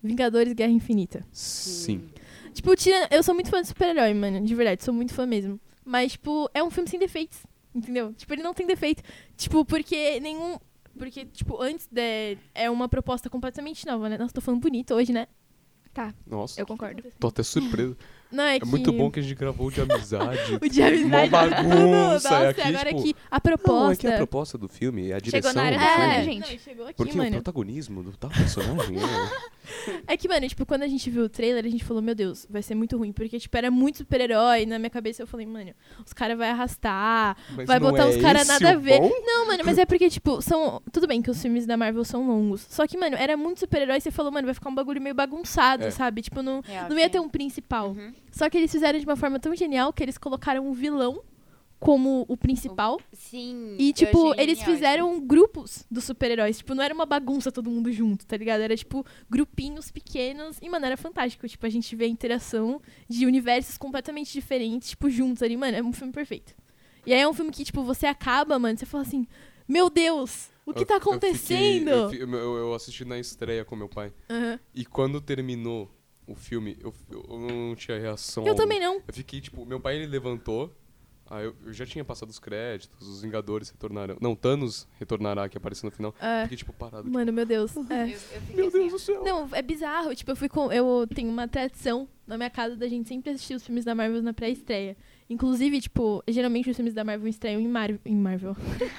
S3: Vingadores Guerra Infinita.
S1: sim.
S3: Tipo, tira, eu sou muito fã de super-herói, mano, de verdade, sou muito fã mesmo. Mas, tipo, é um filme sem defeitos, entendeu? Tipo, ele não tem defeito. Tipo, porque nenhum. Porque, tipo, antes de. É uma proposta completamente nova, né? Nossa, tô falando bonito hoje, né?
S1: Nossa,
S4: Eu concordo.
S1: tô até surpreso.
S3: Não é,
S1: É
S3: que.
S1: muito bom que a gente gravou de amizade.
S3: O dia
S1: Mó bagunça,
S3: Nossa,
S1: é aqui,
S3: agora
S1: tipo,
S3: aqui. A
S1: Não, é que
S3: proposta.
S1: a proposta do filme, é a direção
S4: Chegou na área
S1: do
S4: da
S1: filme.
S4: É. gente.
S3: Não, e chegou aqui,
S1: Porque o
S3: mano.
S1: protagonismo do tal personagem é...
S3: É que, mano, tipo, quando a gente viu o trailer, a gente falou, meu Deus, vai ser muito ruim. Porque, tipo, era muito super-herói. Na minha cabeça eu falei, mano, os caras vai arrastar,
S1: Mas
S3: vai
S1: não
S3: botar
S1: é
S3: os caras
S1: esse
S3: nada a
S1: o
S3: ver.
S1: bom?
S3: Não, mano, mas é porque, tipo, são. Tudo bem que os filmes da Marvel são longos. Só que, mano, era muito super-herói. Você falou, mano, vai ficar um bagulho meio bagunçado,
S1: É.
S3: sabe? Tipo, não,
S2: É,
S3: não
S2: ok.
S3: ia ter um principal.
S2: Uhum.
S3: Só que eles fizeram de uma forma tão genial que eles colocaram um vilão como o principal.
S2: Sim.
S3: E,
S2: eu
S3: tipo,
S2: achei
S3: eles
S2: genial isso.
S3: fizeram grupos dos super-heróis. Tipo, não era uma bagunça todo mundo junto, tá ligado? Era, tipo, grupinhos pequenos. E, mano, era fantástico. Tipo, a gente vê a interação de universos completamente diferentes, tipo, juntos ali. Mano, é um filme perfeito. E aí é um filme que, tipo, você acaba, mano, você fala assim: Meu Deus, o que tá
S1: Eu- eu fiquei-
S3: acontecendo?
S1: Eu, fi- eu- eu assisti na estreia com meu pai.
S3: Aham.
S1: E quando terminou o filme, eu, eu não tinha reação.
S3: Eu
S1: alguma.
S3: também não.
S1: Eu fiquei, tipo, meu pai ele levantou. Aí eu, eu já tinha passado os créditos, os Vingadores retornaram. Não, Thanos retornará, que apareceu no final.
S3: É.
S1: Fiquei, tipo, parado. tipo,
S3: Mano, meu Deus.
S2: Eu,
S3: É.
S2: eu fiquei
S1: meu Deus
S2: assim,
S1: do céu.
S3: Não, é bizarro. Tipo, eu fui com. Eu tenho uma tradição na minha casa da gente sempre assistir os filmes da Marvel na pré-estreia. Inclusive, tipo, geralmente os filmes da Marvel estreiam em Marvel. Em Marvel.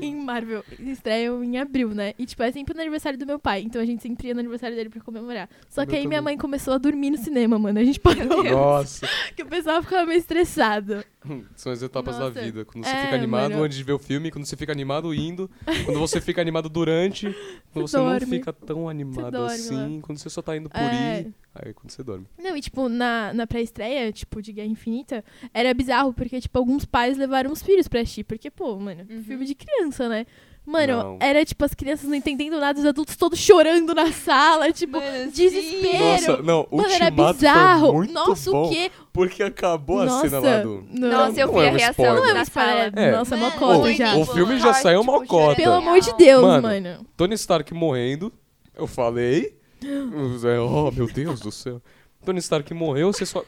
S3: em Marvel. Eles Estreiam em abril, né? E, tipo, é sempre no aniversário do meu pai. Então a gente sempre ia no aniversário dele pra comemorar. Só
S1: O
S3: que
S1: meu
S3: aí minha
S1: também.
S3: mãe começou a dormir no cinema, mano. A gente parou.
S1: Nossa.
S3: que o pessoal ficava meio estressado.
S1: São as etapas da
S3: Nossa.
S1: vida. Quando você
S3: É,
S1: fica animado
S3: mano.
S1: antes de ver o filme, quando você fica animado indo, quando você fica animado durante, quando você
S3: dorme.
S1: não fica tão animado
S3: dorme
S1: assim, quando você só tá indo por
S3: É.
S1: ir. Aí quando você dorme.
S3: Não, e tipo, na, na pré-estreia, tipo, de Guerra Infinita, era bizarro, porque, tipo, alguns pais levaram os filhos pra assistir, porque, pô, mano,
S2: Uhum.
S3: filme de criança, né? Mano,
S1: Não.
S3: era tipo as crianças não entendendo nada, os adultos todos chorando na sala, tipo,
S6: Mano,
S3: desespero.
S1: Nossa, não, o
S3: Mano, era
S1: Ultimato foi
S3: bizarro.
S1: muito
S3: Nossa,
S1: bom,
S3: o quê?
S1: Porque acabou
S3: Nossa.
S1: a cena lá do...
S3: Não.
S4: Nossa, eu
S1: Não
S4: vi
S1: é
S4: a
S1: um
S4: reação
S1: spoiler.
S4: na
S3: Mas
S4: sala.
S3: para-
S1: É.
S3: Nossa,
S2: Mano,
S3: mó cota
S2: foi
S3: já.
S1: o
S2: tipo,
S1: filme já saiu
S2: tipo,
S1: uma cota.
S3: Pelo
S2: chorando.
S3: amor de Deus, mano.
S1: Mano. Tony Stark morrendo, eu falei. É, Oh, meu Deus do céu. Tony Stark morreu, você só.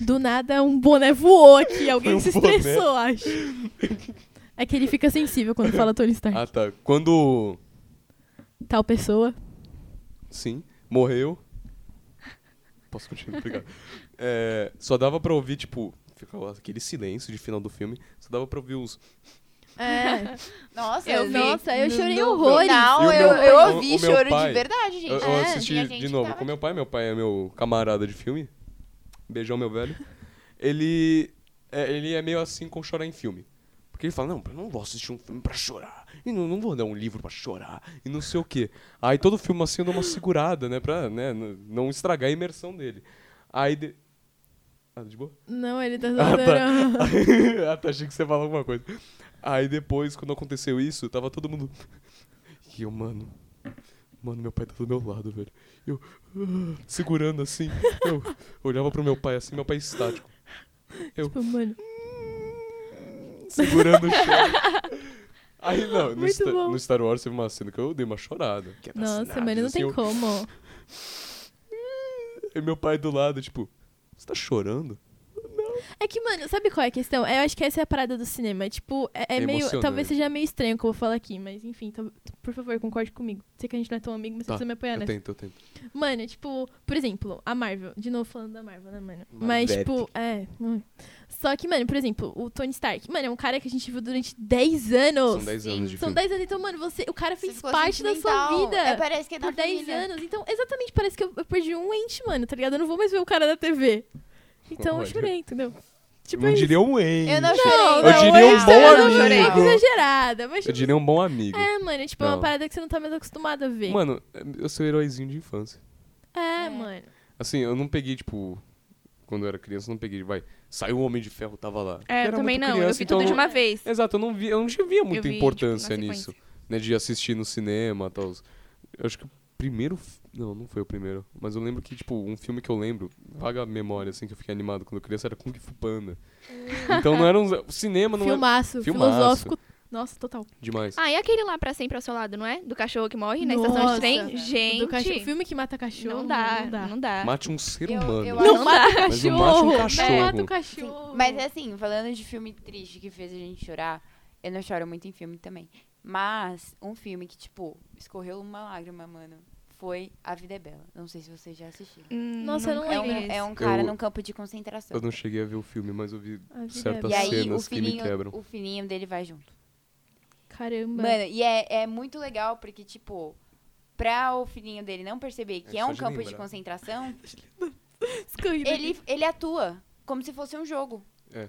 S3: Do nada, um boné voou aqui. Alguém
S1: Foi um
S3: se
S1: boné.
S3: estressou, acho. É que ele fica sensível quando fala Tony Stark.
S1: Ah, tá. Quando.
S3: Tal pessoa.
S1: Sim, morreu. Posso continuar? Obrigado. É, só dava pra ouvir, tipo, ficava aquele silêncio de final do filme. Só dava pra ouvir uns.
S3: É.
S2: Nossa,
S4: Eu
S2: eu vi.
S3: Nossa, eu
S6: Não,
S3: chorei
S6: não,
S3: horrores.
S1: E o
S2: Não, eu,
S1: meu-
S2: eu
S1: o-
S2: ouvi
S1: o meu
S2: choro
S1: pai-
S2: de verdade, gente.
S1: Eu, assim, eu
S2: É,
S1: assisti
S2: e a
S1: de
S2: gente
S1: novo
S2: tava
S1: com meu pai. Meu pai é meu camarada de filme. Beijão, meu velho. Ele é, ele é meio assim com chorar em filme. Porque ele fala, não, eu não vou assistir um filme pra chorar. E não, não vou dar um livro pra chorar. E não sei o quê. Aí todo filme assim eu dou uma segurada, né? Pra né, n- não estragar a imersão dele. Aí... De... Ah, de boa?
S3: Não, ele tá
S1: Ah,
S3: zoando.
S1: tá. ah, tá. Achei que você ia falar alguma coisa. Aí depois, quando aconteceu isso, tava todo mundo. E eu, mano. Mano, meu pai tá do meu lado, velho. Eu. ah, segurando assim. Eu olhava pro meu pai assim, meu pai estático. Eu.
S3: Tipo, mano.
S1: Segurando o chão. Aí não, no,
S3: Muito
S1: Sta-
S3: bom.
S1: no Star Wars teve uma cena que eu dei uma chorada. Que é das
S3: Nossa,
S1: naves,
S3: mano, não
S1: assim,
S3: tem
S1: eu-
S3: como.
S1: E meu pai do lado, tipo, você tá chorando?
S3: É que, mano, sabe qual é a questão? Eu acho que essa é a parada do cinema. Tipo, é, é
S1: É
S3: meio.
S1: emocionante.
S3: Talvez seja meio estranho o que eu vou falar aqui, mas enfim, tal- por favor, concorde comigo. Sei que a gente não é tão amigo, mas
S1: Tá,
S3: você precisa me apoiar
S1: eu
S3: nessa.
S1: tento, eu tento.
S3: Mano, tipo, por exemplo, a Marvel. De novo falando da Marvel, né, mano? Mas,
S1: Marvete.
S3: tipo, é. hum. Só que, mano, por exemplo, o Tony Stark. Mano, é um cara que a gente viu durante 10 anos.
S1: São 10 anos de
S3: São
S1: filme.
S3: 10 anos, então, mano, você, o cara
S2: Você
S3: fez
S2: ficou
S3: parte da sua
S2: sentimental.
S3: vida
S2: É, parece que é da
S3: por 10
S2: família.
S3: anos. Então, exatamente, parece que eu, eu perdi um ente, mano, tá ligado? Eu não vou mais ver o cara da TV. Então
S1: Olha.
S3: eu chorei, entendeu? Tipo,
S1: não
S3: isso.
S1: diria um ente.
S2: Eu não
S3: Não,
S2: chorei.
S1: Eu diria um
S3: esse
S1: bom
S3: eu não
S1: amigo.
S3: chorei, que exagerada, mas
S1: Eu
S3: tipo,
S1: diria um bom amigo.
S3: É, mano, é tipo, é uma
S1: Não.
S3: parada que você não tá mais acostumado a ver.
S1: Mano, eu sou heróizinho de infância.
S3: é,
S2: É.
S3: mano.
S1: Assim, eu não peguei, tipo. Quando eu era criança, eu não peguei, vai. Saiu o Homem de Ferro, tava lá.
S4: É,
S1: Era
S4: eu também
S1: muito
S4: não. eu
S1: criança,
S4: vi
S1: então
S4: tudo de
S1: eu
S4: uma vez.
S1: não- Exato, eu não, vi, eu não tinha via muita
S4: vi, tipo, na
S1: importância
S4: sequência.
S1: nisso. Né, de assistir no cinema e tal. Eu acho que o primeiro. fi- Não, não foi o primeiro. Mas eu lembro que, tipo, um filme que eu lembro, vaga memória, assim, que eu fiquei animado quando criança, era Kung Fu Panda. Então não era um. O cinema não era
S3: Filmaço,
S1: Filmaço.
S3: filosófico. Nossa, total.
S1: demais.
S4: Ah, e aquele lá pra sempre ao seu lado, não é? Do cachorro que morre na estação
S3: Nossa.
S4: de trem?
S3: Do cachorro.
S4: Gente,
S3: Filme que mata cachorro.
S4: não dá,
S3: Não dá.
S4: não dá.
S1: Mate um ser
S2: Eu-
S1: humano.
S2: eu
S3: Não
S4: Não
S3: mata o
S1: Mas eu mato um
S3: cachorro.
S1: cachorro.
S3: Não mata o
S2: Sim,
S3: É, cachorro.
S2: Mas assim, falando de filme triste que fez a gente chorar, eu não choro muito em filme também. Mas um filme que, tipo, escorreu uma lágrima, mano, foi A Vida é Bela. Não sei se vocês já assistiram.
S4: Hum,
S3: Nossa, eu não
S4: nunca
S2: É
S3: lembro.
S4: vi
S2: um,
S4: esse.
S2: é um cara
S1: Eu-
S2: num campo de concentração.
S1: Eu não cheguei a ver o filme, mas eu vi
S3: A vida é
S1: certas
S2: E
S3: bela.
S2: aí o
S1: cenas que me
S2: filhinho,
S1: quebram.
S2: o filhinho dele vai junto.
S3: Caramba.
S2: Mano, e é, é muito legal porque, tipo, pra o filhinho dele não perceber que
S1: É,
S2: é,
S1: só
S2: um
S1: de
S2: campo de
S1: lembrar.
S2: concentração,
S3: Escorrido
S2: ele,
S3: aqui.
S2: ele atua como se fosse um jogo.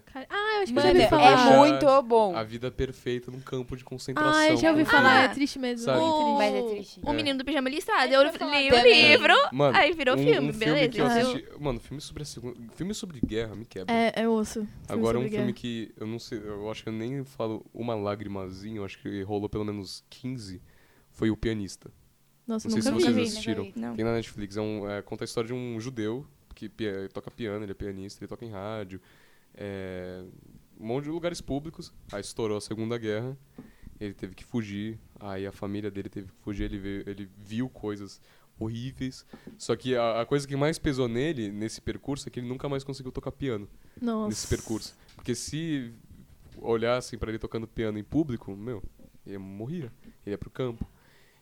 S3: Cara- Ah, eu acho que
S2: Mano,
S3: eu já
S2: é
S3: ouvi falar.
S1: Poxa,
S2: muito bom.
S1: A vida perfeita num campo de concentração. Um
S3: Ah, eu já ouvi
S1: porque-
S3: falar. É triste mesmo.
S1: Sabe?
S3: muito triste.
S2: Mas é triste.
S4: O
S1: É.
S4: um menino do pijama listrado.
S3: Deixa
S4: Eu
S3: eu falar
S4: li o
S2: também.
S4: um livro,
S1: Mano,
S3: Ah, é,
S4: aí virou
S1: um- um
S4: filme, beleza.
S1: que eu
S4: entendeu?
S1: assisti- Mano, filme sobre a segunda. Filme sobre guerra me quebra.
S3: então. É, é osso. Filme
S1: Agora um
S3: sobre
S1: filme
S3: guerra.
S1: que eu não sei, eu acho que eu nem falo uma lagrimazinha, eu acho que rolou pelo menos 15, foi O Pianista.
S3: Nossa,
S1: Não sei se
S3: nunca vi. né?
S1: vocês
S2: vi,
S1: assistiram.
S2: nunca
S4: Não.
S1: Tem na Netflix, é um, é, conta a história de um judeu que pia- toca piano, ele é pianista, ele toca em rádio, é, um monte de lugares públicos. Aí estourou a Segunda Guerra, ele teve que fugir, aí a família dele teve que fugir, ele, veio- ele viu coisas horríveis. Só que a, a coisa que mais pesou nele, nesse percurso, é que ele nunca mais conseguiu tocar piano
S3: Nossa.
S1: nesse percurso. Porque se olhassem pra ele tocando piano em público, meu, ele morria. Ele ia pro campo.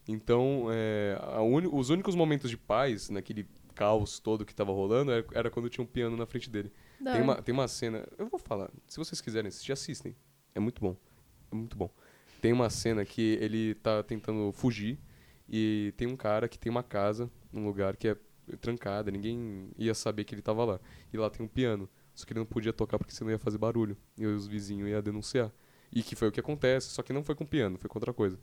S1: Então, é, a uni- os únicos momentos de paz naquele caos todo que tava rolando era, era quando tinha um piano na frente dele.
S3: Da
S1: Tem
S3: hora.
S1: uma, tem uma cena, eu vou falar, se vocês quiserem assistir, assistem. É muito bom. É muito bom. Tem uma cena que ele tá tentando fugir e tem um cara que tem uma casa num lugar que é trancada, ninguém ia saber que ele tava lá. E lá tem um piano, só que ele não podia tocar porque senão ia fazer barulho e os vizinhos iam denunciar. E que foi o que acontece, só que não foi com piano, foi com outra coisa.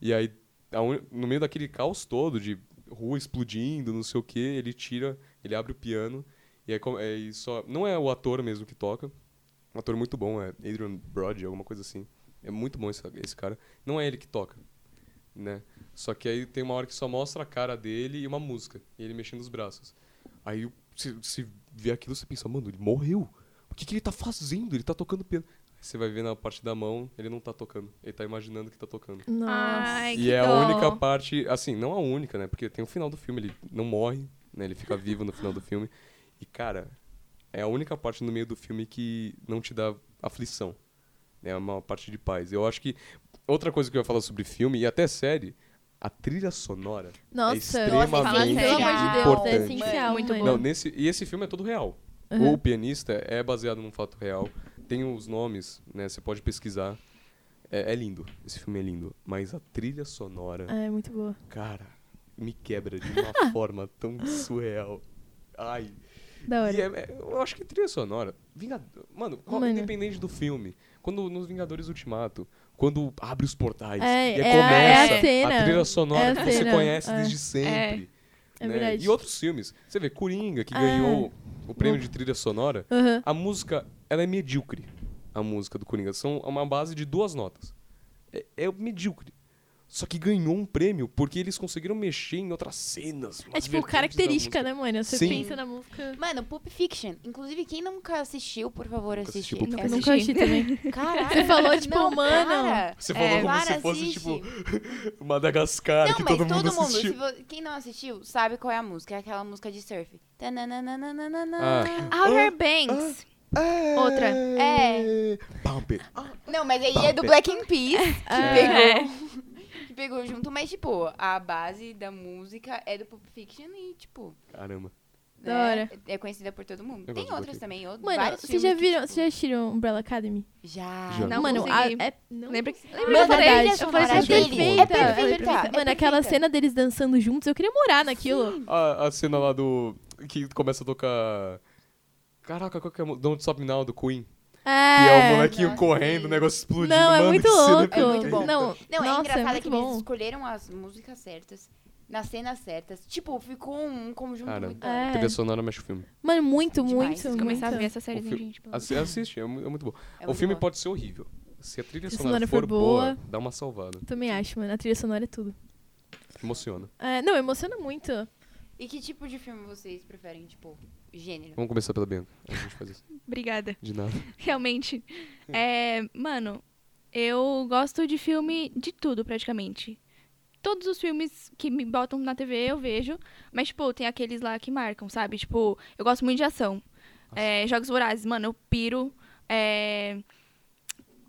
S1: E aí, a un- no meio daquele caos todo de rua explodindo, não sei o que, ele tira, ele abre o piano e aí, com- é, e só, não é o ator mesmo que toca. Um ator muito bom, é Adrian Brody, alguma coisa assim. É muito bom esse, esse cara. Não é ele que toca, né? Só que aí tem uma hora que só mostra a cara dele e uma música. E ele mexendo os braços. Aí o- se, se vê aquilo, você pensa, mano, ele morreu. O que, que ele tá fazendo? Ele tá tocando piano. Aí você vai ver na parte da mão, ele não tá tocando. Ele tá imaginando que tá tocando.
S3: Nossa.
S4: Ai, que
S1: E é a
S4: dó.
S1: única parte, assim, não a única, né? Porque tem o final do filme, ele não morre, né? Ele fica vivo no final do filme. E, cara, é a única parte no meio do filme que não te dá aflição. É uma parte de paz. Eu acho que outra coisa que eu ia falar sobre filme e até série, a trilha sonora. é
S3: Nossa.
S1: extremamente
S3: Nossa, fala sério. pelo amor de Deus,
S1: importante.
S3: é essencial.
S4: Muito
S3: mano.
S4: bom.
S1: Não, nesse, e esse filme é todo real.
S3: Aham.
S1: O pianista é baseado num fato real. Tem os nomes, né? Você pode pesquisar. É, é lindo. Esse filme é lindo. Mas a trilha sonora.
S3: Ah, É, muito boa.
S1: Cara, me quebra de uma forma tão surreal. Ai.
S3: Da hora.
S1: E é- é- eu acho que trilha sonora. Vingador, mano, qual-
S3: Mano.
S1: independente do filme. Quando nos Vingadores Ultimato, quando abre os portais
S3: É,
S1: e aí
S3: é a-
S1: começa
S4: é a
S3: cena.
S1: trilha sonora
S3: É a
S1: que você
S3: cena,
S1: conhece
S3: é.
S1: desde sempre.
S3: É
S1: né?
S3: verdade.
S1: E outros filmes. Você vê, Coringa, que
S3: É.
S1: ganhou o prêmio de trilha sonora.
S3: Aham.
S1: A música, ela é medíocre. A música do Coringa. São é uma base de duas notas. É, é medíocre. Só que ganhou um prêmio porque eles conseguiram mexer em outras cenas.
S3: É
S1: umas
S3: tipo
S1: vertentes da
S3: característica,
S1: música.
S3: né, mano? Você
S1: Sim.
S3: pensa na música.
S2: Mano, Pulp Fiction. Inclusive, quem nunca assistiu, por favor,
S1: Nunca assisti
S2: assiste.
S1: Pulp
S2: É
S1: Fiction.
S3: Nunca assisti também.
S2: Caralho.
S3: Você falou, tipo,
S2: não,
S3: mano.
S2: para.
S1: Você falou
S4: É,
S1: como se
S2: para,
S1: fosse,
S2: assiste.
S1: tipo, Madagascar,
S2: Não,
S1: que
S2: mas
S1: todo mundo assistiu.
S2: se vo- quem não assistiu, sabe qual é a música. É aquela música de surf. Tanananananana.
S1: Ah.
S4: Outer Banks. Outra.
S2: É.
S1: Pump it.
S2: Não, mas aí é do Black in Peace, que
S1: Ah.
S2: pegou.
S1: É.
S2: Que pegou junto, mas, tipo, a base da música é do Pulp Fiction e, tipo.
S1: Caramba.
S3: Da
S2: né,
S3: hora.
S2: É conhecida por todo mundo.
S1: Eu gosto
S2: Tem
S1: do
S2: outras
S1: Black.
S2: também, outros.
S3: Mano,
S2: vários
S3: vocês já
S2: filmes que,
S3: viram,
S2: tipo,
S3: vocês já assistiram Umbrella Academy?
S2: já.
S1: Já.
S4: Não
S3: mano,
S4: consegui.
S3: a, é, não
S4: Lembra que, lembra que
S2: Mano,
S4: eu falei?
S2: a trilha
S4: Eu falei,
S2: sonora
S3: assim,
S4: "Isso é
S2: dele
S4: perfeito".
S2: é
S3: ela
S2: perfeita, é
S3: Mano, aquela
S2: perfeita.
S3: cena deles dançando juntos, eu queria morar naquilo.
S1: Ah, A, a cena lá do... Que começa a tocar... Caraca, qual que é a música? Don't Stop Me Now, do Queen.
S3: É.
S1: E é o molequinho
S2: Nossa,
S1: correndo, o
S2: sim.
S1: negócio explodindo.
S3: Não, é
S1: Mano,
S3: muito
S1: que cena
S3: louco.
S2: É muito bom.
S3: Não,
S2: Não, é
S3: nossa,
S2: engraçado
S3: muito
S2: que
S3: bom.
S2: eles escolheram as músicas certas, nas cenas certas. Tipo, ficou um conjunto
S1: Cara,
S2: muito.
S3: É.
S1: Trilha sonora mexe o filme.
S3: Mano, muito,
S2: Demais.
S3: muito,
S2: Vocês
S3: muito.
S4: Começar a ver essa série,
S1: O fi-
S4: gente. pelo amor de
S1: Assi- Assiste, é mu- é muito bom.
S2: É
S1: o
S2: muito
S1: filme
S2: bom.
S1: pode ser horrível. Se a trilha
S3: Se a
S1: sonora for boa, dá uma salvada.
S3: Também acho, mano. A trilha sonora é tudo.
S1: Emociona.
S3: É, não, emociona muito. É
S2: E que tipo de filme vocês preferem, tipo, gênero?
S1: Vamos começar pela Bianca. A gente faz isso.
S4: Obrigada.
S1: De nada.
S4: Realmente. É, mano, eu gosto de filme de tudo, praticamente. Todos os filmes que me botam na TV eu vejo, mas, tipo, tem aqueles lá que marcam, sabe? Tipo, eu gosto muito de ação. É, Jogos Vorazes, mano, eu piro. É,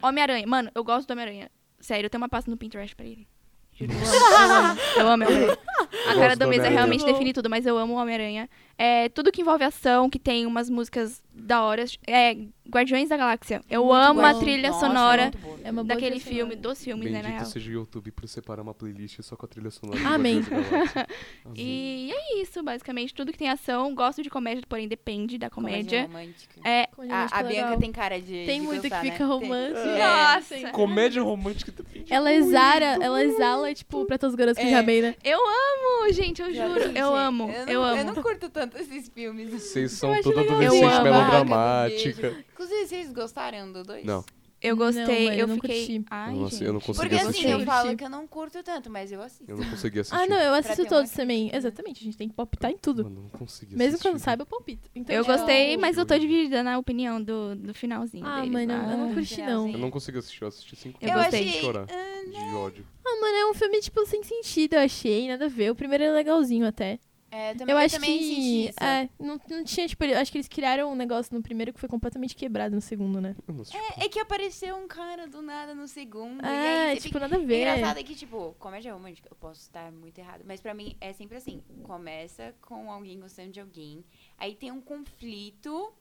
S4: Homem-Aranha, mano, eu gosto do Homem-Aranha. Sério, eu tenho uma pasta no Pinterest pra ele.
S2: Tipo,
S4: Juro, eu amo, eu amo, eu amo. Homem-Aranha. A
S1: gosto
S4: cara
S1: do
S4: da mesa é
S1: Homem-Aranha.
S4: tá realmente
S3: Muito bom.
S4: define tudo, mas eu amo o Homem-Aranha. É, tudo que envolve ação, que tem umas músicas da hora. É, Guardiões da Galáxia. Eu
S3: Muito
S4: amo a
S3: bom.
S4: trilha
S2: Nossa,
S4: sonora
S2: muito boa.
S3: É uma boa
S4: daquele
S3: trilha
S4: filme,
S3: sonora.
S4: dos filmes, né, na
S1: Bendito
S4: real.
S1: seja o YouTube por separar uma playlist só com a trilha sonora. do
S3: Amém.
S1: Guardiões da Galáxia. Amém.
S4: E é isso, basicamente. Tudo que tem ação, gosto de comédia, porém depende da
S2: Comédia
S4: comédia.
S2: romântica.
S4: É,
S3: Comédia
S2: A, a
S3: romântica
S2: Bianca
S3: legal.
S2: tem cara de.
S3: Tem
S2: de
S3: muito
S2: gostar,
S3: que fica
S2: né?
S3: romântico.
S4: É, Nossa.
S1: Comédia romântica também.
S2: tipo,
S3: Ela exara, ela exala, tipo, pra todas as garotas que
S2: É.
S3: já amei, né?
S4: eu amo, gente, eu
S2: Já
S4: juro.
S2: vi,
S4: Eu
S2: gente.
S4: amo,
S2: Eu, não,
S4: eu
S2: Eu
S4: amo.
S2: não curto tanto esses filmes.
S1: Vocês são
S3: acho
S1: toda
S3: legal.
S1: adolescente
S4: Eu amo.
S1: melodramática.
S2: Inclusive, vocês gostaram do dois?
S1: Não.
S4: Eu gostei,
S3: Não, mãe,
S4: eu
S3: eu não
S4: fiquei.
S3: curti.
S4: Ai,
S1: Nossa,
S4: gente.
S1: eu não consegui
S2: Porque
S1: assistir.
S2: assim, eu
S3: assistir.
S2: falo que eu não curto tanto, mas eu assisto.
S1: Eu não consegui assistir.
S3: Ah, não, eu
S2: ter um
S3: assisto
S2: uma
S3: todos
S2: crítica.
S3: também. Exatamente, a gente tem que palpitar em tudo.
S1: Mano, eu um não consegui
S3: Mesmo
S1: assistir.
S3: que eu não saiba, eu palpito. Então,
S4: Eu
S3: tipo,
S4: gostei, mas eu tô
S1: Juro.
S4: dividida na opinião do, do finalzinho
S3: Ah,
S4: deles tá?
S3: mano,
S4: lá.
S3: eu não curti, não.
S2: finalzinho.
S1: Eu não consegui assistir, eu assisti cinco
S4: Eu
S2: Eu
S1: vezes
S4: gostei.
S1: de
S2: achei.
S1: chorar.
S2: ah,
S1: De ódio.
S3: Ah, mano, é um filme, tipo, sem sentido, eu achei. Nada a ver. O primeiro é legalzinho até.
S2: é, também,
S3: Eu acho
S2: também senti
S3: que.
S2: isso.
S3: É, não, não tinha, tipo, eu acho que eles criaram um negócio no primeiro que foi completamente quebrado no segundo, né?
S1: Eu não assisti.
S2: É, é que apareceu um cara do nada no segundo. e
S3: É,
S2: aí você fica...
S3: tipo, nada a
S2: O
S3: ver.
S2: engraçado é que, tipo, comédia romântica, eu posso estar muito errado, mas pra mim é sempre assim. Começa com alguém gostando de alguém, aí tem um conflito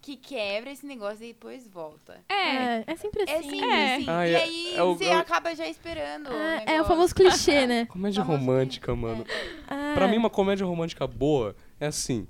S2: que quebra esse negócio e depois volta.
S4: É,
S3: É, é sempre
S2: É
S3: assim.
S2: sim,
S4: É.
S2: sim.
S1: Ah,
S2: e
S1: é-
S2: aí
S1: é o-
S2: você
S1: é o-
S2: acaba já esperando.
S3: Ah,
S2: o
S3: é o
S2: negócio.
S3: famoso clichê, né?
S1: Comédia
S2: Famoso
S1: romântica, mano.
S3: Ah,
S1: Pra mim, uma comédia romântica boa é assim.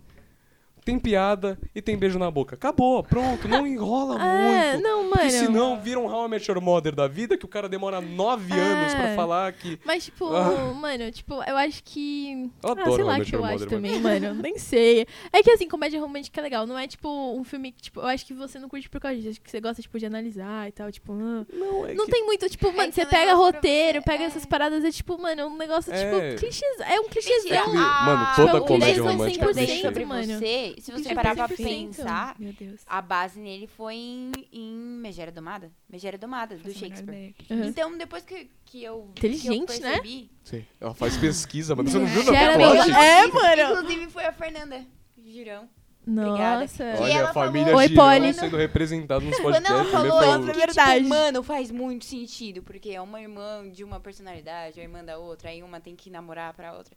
S1: Tem piada e tem beijo na boca. Acabou, pronto. Não enrola
S3: é,
S1: muito.
S3: não,
S1: Porque
S3: mano.
S1: senão vira um How I Met Your Mother da vida que o cara demora nove
S3: É.
S1: anos pra falar que...
S3: Mas, tipo,
S1: Ah.
S3: mano, tipo, eu acho que.
S1: Eu
S3: ah, sei
S1: adoro How I
S3: lá o
S1: Met
S3: que eu
S1: Your
S3: acho
S1: Mother, mas-
S3: também, mano. Nem sei. É que assim, comédia romântica é legal. Não é tipo um filme que, tipo, eu acho que você não curte por causa disso. Acho que você gosta, tipo, de analisar e tal, tipo. ah.
S1: Não, é
S3: Não
S1: que-
S3: tem muito, tipo, mano,
S2: que
S3: você
S2: é um
S3: pega
S2: negócio pra
S3: roteiro,
S2: você-
S3: pega
S2: é.
S3: essas paradas, é tipo, mano, um negócio,
S1: É.
S3: tipo, clichês. É
S1: É
S3: um
S1: que,
S3: clichêzão.
S1: mano,
S3: Ah,
S1: toda
S3: tipo,
S1: comédia
S3: eles não
S1: romântica é
S3: 100%,
S1: clichê.
S2: sobre
S3: mano.
S2: você, se você
S3: É
S2: parar pra
S3: 100%.
S2: pensar,
S4: meu Deus.
S2: a base nele foi em, em Megera Domada. Megera Domada, do
S4: Faço a menor
S2: Shakespeare.
S4: ideia.
S3: Aham.
S2: Então, depois que, que eu.
S3: Inteligente,
S2: que eu
S3: né?
S2: percebi,
S1: Sim. Ela faz pesquisa, mano. Você não viu
S3: Já era
S1: na plot?
S3: melhor- É, mano.
S2: Inclusive foi a Fernanda Girão. Obrigada.
S3: Uhum. Nossa.
S2: E
S1: Olha,
S2: ela
S1: a família
S2: falou-
S3: é, Oi,
S1: Girão
S3: Polly.
S1: sendo representada nos
S2: Quando
S1: podcasts.
S2: ela
S1: né,
S2: falou,
S1: pelo-
S2: eu fiquei
S3: Verdade.
S2: tipo, mano, faz muito sentido, porque é uma irmã de uma personalidade, a irmã da outra, aí uma tem que namorar pra outra.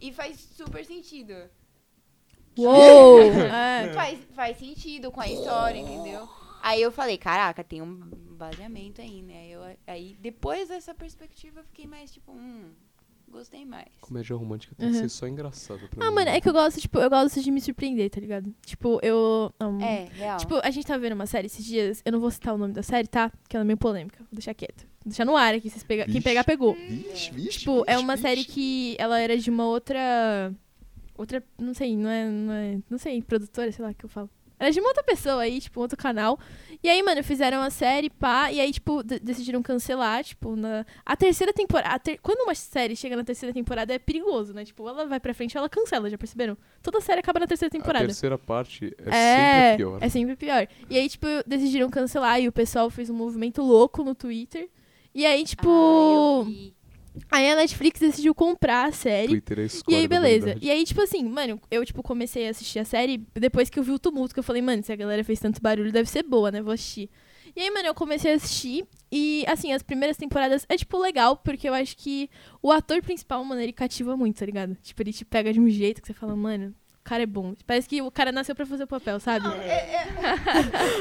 S2: E faz super sentido.
S3: Uou! É.
S2: Faz, faz sentido com a história, entendeu? Aí eu falei, caraca, tem um baseamento aí, né? Eu, aí depois dessa perspectiva eu fiquei mais tipo, hum, gostei mais.
S1: Comédia romântica tem que
S3: Uhum.
S1: ser só engraçada pra
S3: Ah,
S1: mim.
S3: mano, é que eu gosto, tipo, eu gosto de me surpreender, tá ligado? Tipo, eu. amo.
S2: É, real.
S3: Tipo, a gente tava vendo uma série esses dias, eu não vou citar o nome da série, tá? Porque ela é meio polêmica. Vou deixar quieto. Vou deixar no ar aqui, vocês pega... quem
S1: Vixe.
S3: pegar, pegou.
S1: Vixe, vixe,
S3: Tipo, é
S1: vixe,
S3: uma
S1: vixe.
S3: série que ela era de uma outra. Outra. Não sei, não é. Não, é, não sei, produtora, sei lá o que eu falo. Era de uma outra pessoa aí, tipo, um outro canal. E aí, mano, fizeram a série, pá, e aí, tipo, de- decidiram cancelar, tipo, na. A terceira temporada. a ter- Quando uma série chega na terceira temporada é perigoso, né? Tipo, ela vai pra frente ela cancela, já perceberam? Toda série acaba na terceira temporada.
S1: A terceira parte é, sempre a
S3: É,
S1: pior.
S3: é sempre pior. E aí, tipo, decidiram cancelar e o pessoal fez um movimento louco no Twitter. E aí,
S2: Ah, eu
S3: tipo,
S2: vi.
S3: aí a Netflix decidiu comprar a série.
S1: Twitter é a
S3: E
S1: escória
S3: aí,
S1: da
S3: beleza.
S1: humanidade.
S3: E aí, tipo assim, mano, eu, tipo, comecei a assistir a série depois que eu vi o tumulto, que eu falei, mano, se a galera fez tanto barulho, deve ser boa, né? Vou assistir. E aí, mano, eu comecei a assistir. E, assim, as primeiras temporadas é, tipo, legal, porque eu acho que o ator principal, mano, ele cativa muito, tá ligado? Tipo, ele te pega de um jeito que você fala, mano, o cara é bom. Parece que o cara nasceu pra fazer o papel, sabe?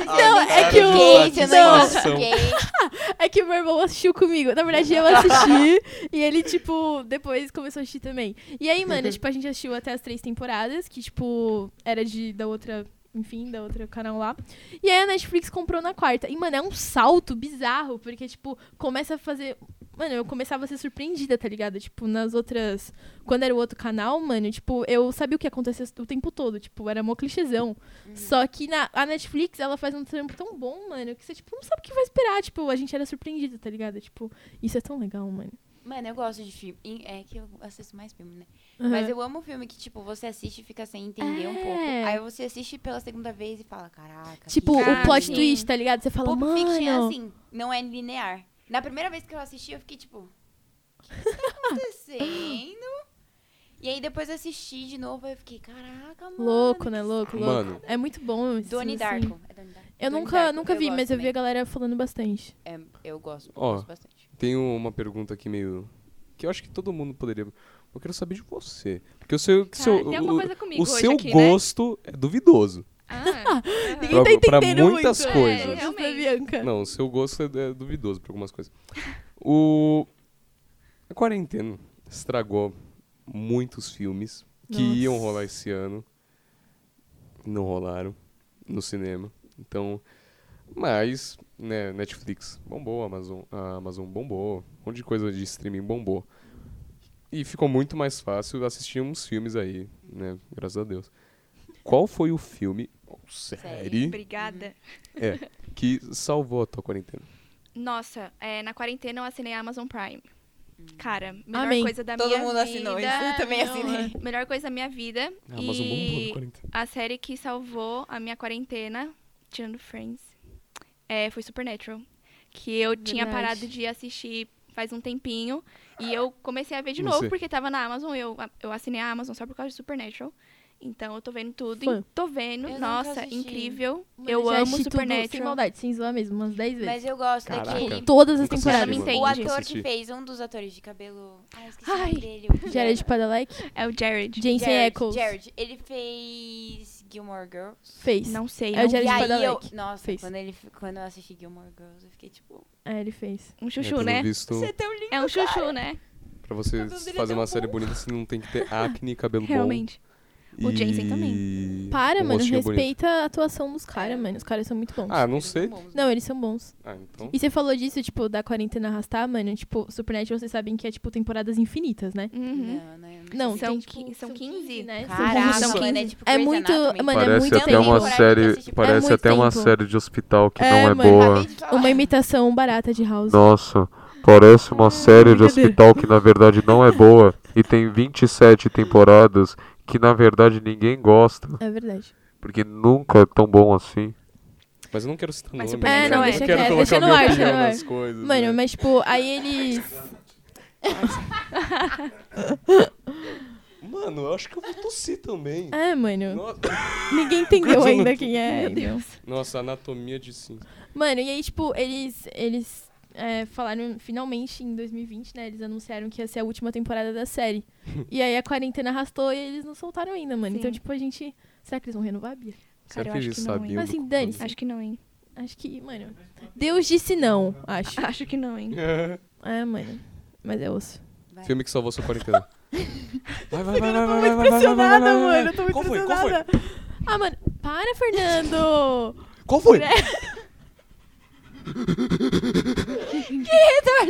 S3: Não, é que
S2: Gay, se eu não
S3: o.
S1: satisfação.
S2: fosse gay.
S3: É que o meu irmão assistiu comigo. Na verdade, eu assisti. e ele, tipo, depois começou a assistir também. E aí, mano, tipo, a gente assistiu até as três temporadas, que, tipo, era de da outra. Enfim, da outra canal lá. E aí a Netflix comprou na quarta. E, mano, é um salto bizarro, porque, tipo, começa a fazer. Mano, eu começava a ser surpreendida, tá ligado? Tipo, nas outras. Quando era o outro canal, mano, tipo, eu sabia o que acontecia o tempo todo. Tipo, era mó clichêzão. Só que na, a Netflix, ela faz um trampo tão bom, mano, que você, tipo, não sabe o que vai esperar. Tipo, a gente era surpreendido, tá ligado? Tipo, isso é tão legal, mano.
S2: Mano, eu gosto de filme. E É que eu assisto mais filme, né?
S3: Uhum.
S2: Mas eu amo filme que, tipo, você assiste e fica sem entender um pouco.
S3: É.
S2: Aí você assiste pela segunda vez e fala, caraca.
S3: Tipo,
S2: que
S3: o
S2: filme."
S3: plot
S4: sim.
S3: twist, tá ligado? Você fala,
S2: assim. Pulp
S3: mano...
S2: Fiction é assim, não é linear. Na primeira vez que eu assisti, eu fiquei tipo, o que tá acontecendo? e aí depois eu assisti de novo, eu fiquei, caraca, mano.
S3: Louco,
S2: que
S3: né? Louco, louco.
S1: Mano.
S3: É muito bom isso,
S2: Donnie
S3: assim.
S2: Darko. É Donnie Darko.
S3: Eu
S2: Donnie
S3: nunca,
S2: Darko,
S3: nunca vi,
S2: gosto
S3: mas eu vi a
S2: também.
S3: galera falando bastante.
S2: É, eu gosto, eu
S1: Ó.
S2: gosto bastante.
S1: Tenho uma pergunta aqui meio. Que eu acho que todo mundo poderia. Eu quero saber de você. Porque eu sei que seu,
S4: Cara, tem
S1: o-
S4: alguma coisa comigo
S1: o
S4: hoje
S1: seu
S4: aqui, né?
S1: gosto é duvidoso.
S4: Ah,
S3: Ninguém tá
S1: Pra- pra
S3: entendendo
S1: muitas
S3: muito.
S1: coisas.
S3: É, realmente.
S4: Realmente.
S3: Bianca.
S1: Não, o seu gosto é, é duvidoso pra algumas coisas. O... A quarentena estragou muitos filmes que
S3: Nossa.
S1: iam rolar esse ano. Não rolaram no cinema. Então, mas, né, Netflix bombou, Amazon, a Amazon bombou, um monte de coisa de streaming bombou. E ficou muito mais fácil assistir uns filmes aí, né, graças a Deus. Qual foi o filme, ou série,
S4: Obrigada.
S1: é, que salvou a tua quarentena.
S4: Nossa, é, na quarentena eu assinei a Amazon Prime. Cara, melhor
S3: Amém.
S4: coisa da
S6: Todo
S4: minha
S6: mundo
S4: vida. é.
S6: assinou isso, eu também
S3: não,
S6: assinei.
S4: Melhor coisa da minha vida.
S1: A Amazon bombou na
S4: e
S1: quarentena.
S4: a série que salvou a minha quarentena, tirando Friends, é, foi Supernatural. Que eu tinha
S3: Verdade.
S4: parado de assistir faz um tempinho. E eu comecei a ver de
S1: Você.
S4: novo, porque tava na Amazon. Eu, eu assinei a Amazon só por causa de Supernatural. Então eu tô vendo tudo. e
S3: Fã.
S4: Tô vendo.
S2: Eu nunca
S4: Nossa,
S2: assisti.
S4: incrível.
S2: Mano,
S4: eu
S3: Já
S4: amo
S3: assisti tudo, Sem
S4: Supernatural.
S3: maldade, sem zoar mesmo, umas 10 vezes.
S2: Mas eu gosto
S1: Caraca.
S2: daquele...
S3: Todas as
S1: Nunca
S3: temporadas.
S1: assisti,
S4: Ela me
S1: mano.
S2: O
S4: entende.
S2: ator
S1: Assisti.
S2: que fez um dos atores de cabelo... Ai, esqueci o
S4: Ai.
S2: nome dele. o-
S3: Jared Padalecki,
S4: É o Jared.
S3: Jensen
S2: Jared,
S3: Ackles.
S2: Jared. Ele fez Gilmore Girls.
S3: Fez.
S4: Não sei.
S3: É o
S4: não
S2: e
S3: Jared
S4: vi.
S2: aí eu,
S3: Padalecki
S2: nossa,
S3: fez.
S2: quando, ele, quando eu assisti Gilmore Girls, eu fiquei tipo,
S3: É, ele fez.
S4: Um
S1: É,
S4: chuchu,
S1: pelo
S4: né?
S1: visto,
S6: tão lindo.
S4: É um chuchu, né?
S1: pra você
S3: tá
S6: Meu Deus, ele é
S1: fazer
S6: tão
S1: uma série
S6: bom.
S1: bonita,
S7: assim,
S1: você não tem que ter acne, cabelo
S4: Realmente.
S1: bom.
S4: O Jensen
S1: e
S4: também.
S3: Para,
S1: um
S3: mano,
S7: é
S1: rostinho bonito.
S3: respeita a atuação dos caras, mano. Os caras são muito bons.
S1: Ah, não
S2: eles são
S1: sei.
S2: bons, né?
S3: Não, eles são bons.
S1: Ah, então.
S3: E você falou disso, tipo, da quarentena arrastar, mano. Tipo, Supernatural, vocês sabem que é, tipo, temporadas infinitas, né?
S4: Uhum.
S2: Não, não, eu
S3: Não,
S4: São
S3: tem,
S4: qui-
S3: tipo,
S4: são 15,
S3: né?
S2: Caraca,
S3: são
S2: mano,
S3: 15.
S2: é tipo
S3: é
S2: Grey's
S3: muito,
S2: Anatomy.
S3: mano, é
S7: Parece
S3: muito
S7: até uma
S3: tempo. É
S2: tempo.
S7: série, parece
S3: muito
S7: até uma
S3: tempo.
S7: série de hospital que
S3: É,
S7: não é
S3: mano.
S7: boa.
S2: Acabei de falar.
S3: Uma imitação barata de House.
S7: Nossa, parece uma série de hospital que na verdade não é boa e tem 27 temporadas que na verdade ninguém gosta,
S3: É verdade.
S7: porque nunca é tão bom assim.
S1: Mas eu não quero citar nome.
S4: Mas
S1: né?
S4: Supernatural
S1: Eu
S4: é,
S1: não
S4: você
S1: quero
S3: quer,
S1: colocar
S3: deixa no
S1: minha
S3: ar,
S1: opinião
S3: deixa no
S1: nas
S3: ar.
S1: coisas.
S3: Mano,
S1: né?
S3: mas tipo, aí eles.
S1: Mano, eu acho que eu vou tossir também.
S3: É, mano.
S1: No-
S3: Ninguém entendeu
S1: Mas eu
S3: ainda
S1: não-
S3: quem é.
S1: Nossa, anatomia de cinza.
S3: Mano, e aí, tipo, eles. Eles é, falaram finalmente em 2020, né? Eles anunciaram que ia ser a última temporada da série. e aí a quarentena arrastou e eles não soltaram ainda, mano.
S4: Sim.
S3: Então, tipo, a gente. Será que eles vão renovar, Bia?
S1: Será
S4: eu
S1: que
S4: acho
S1: eles
S4: que não, hein?
S1: sabiam?
S3: Mas,
S1: do-
S3: assim, dane-se.
S4: Acho que não, hein?
S3: Acho que, mano. Deus disse não, acho.
S4: Acho que não, hein?
S3: É, mano. Mas é osso.
S2: Vai.
S1: Filme que salvou sua quarentena. Vai, vai, vai, vai, vai, vai, vai, vai, vai, vai,
S3: Impressionada,
S1: vai, vai.
S3: mano. Eu tô muito
S1: Qual foi? Qual foi?
S3: impressionada. Ah, mano. Para, Fernando!
S1: Qual foi?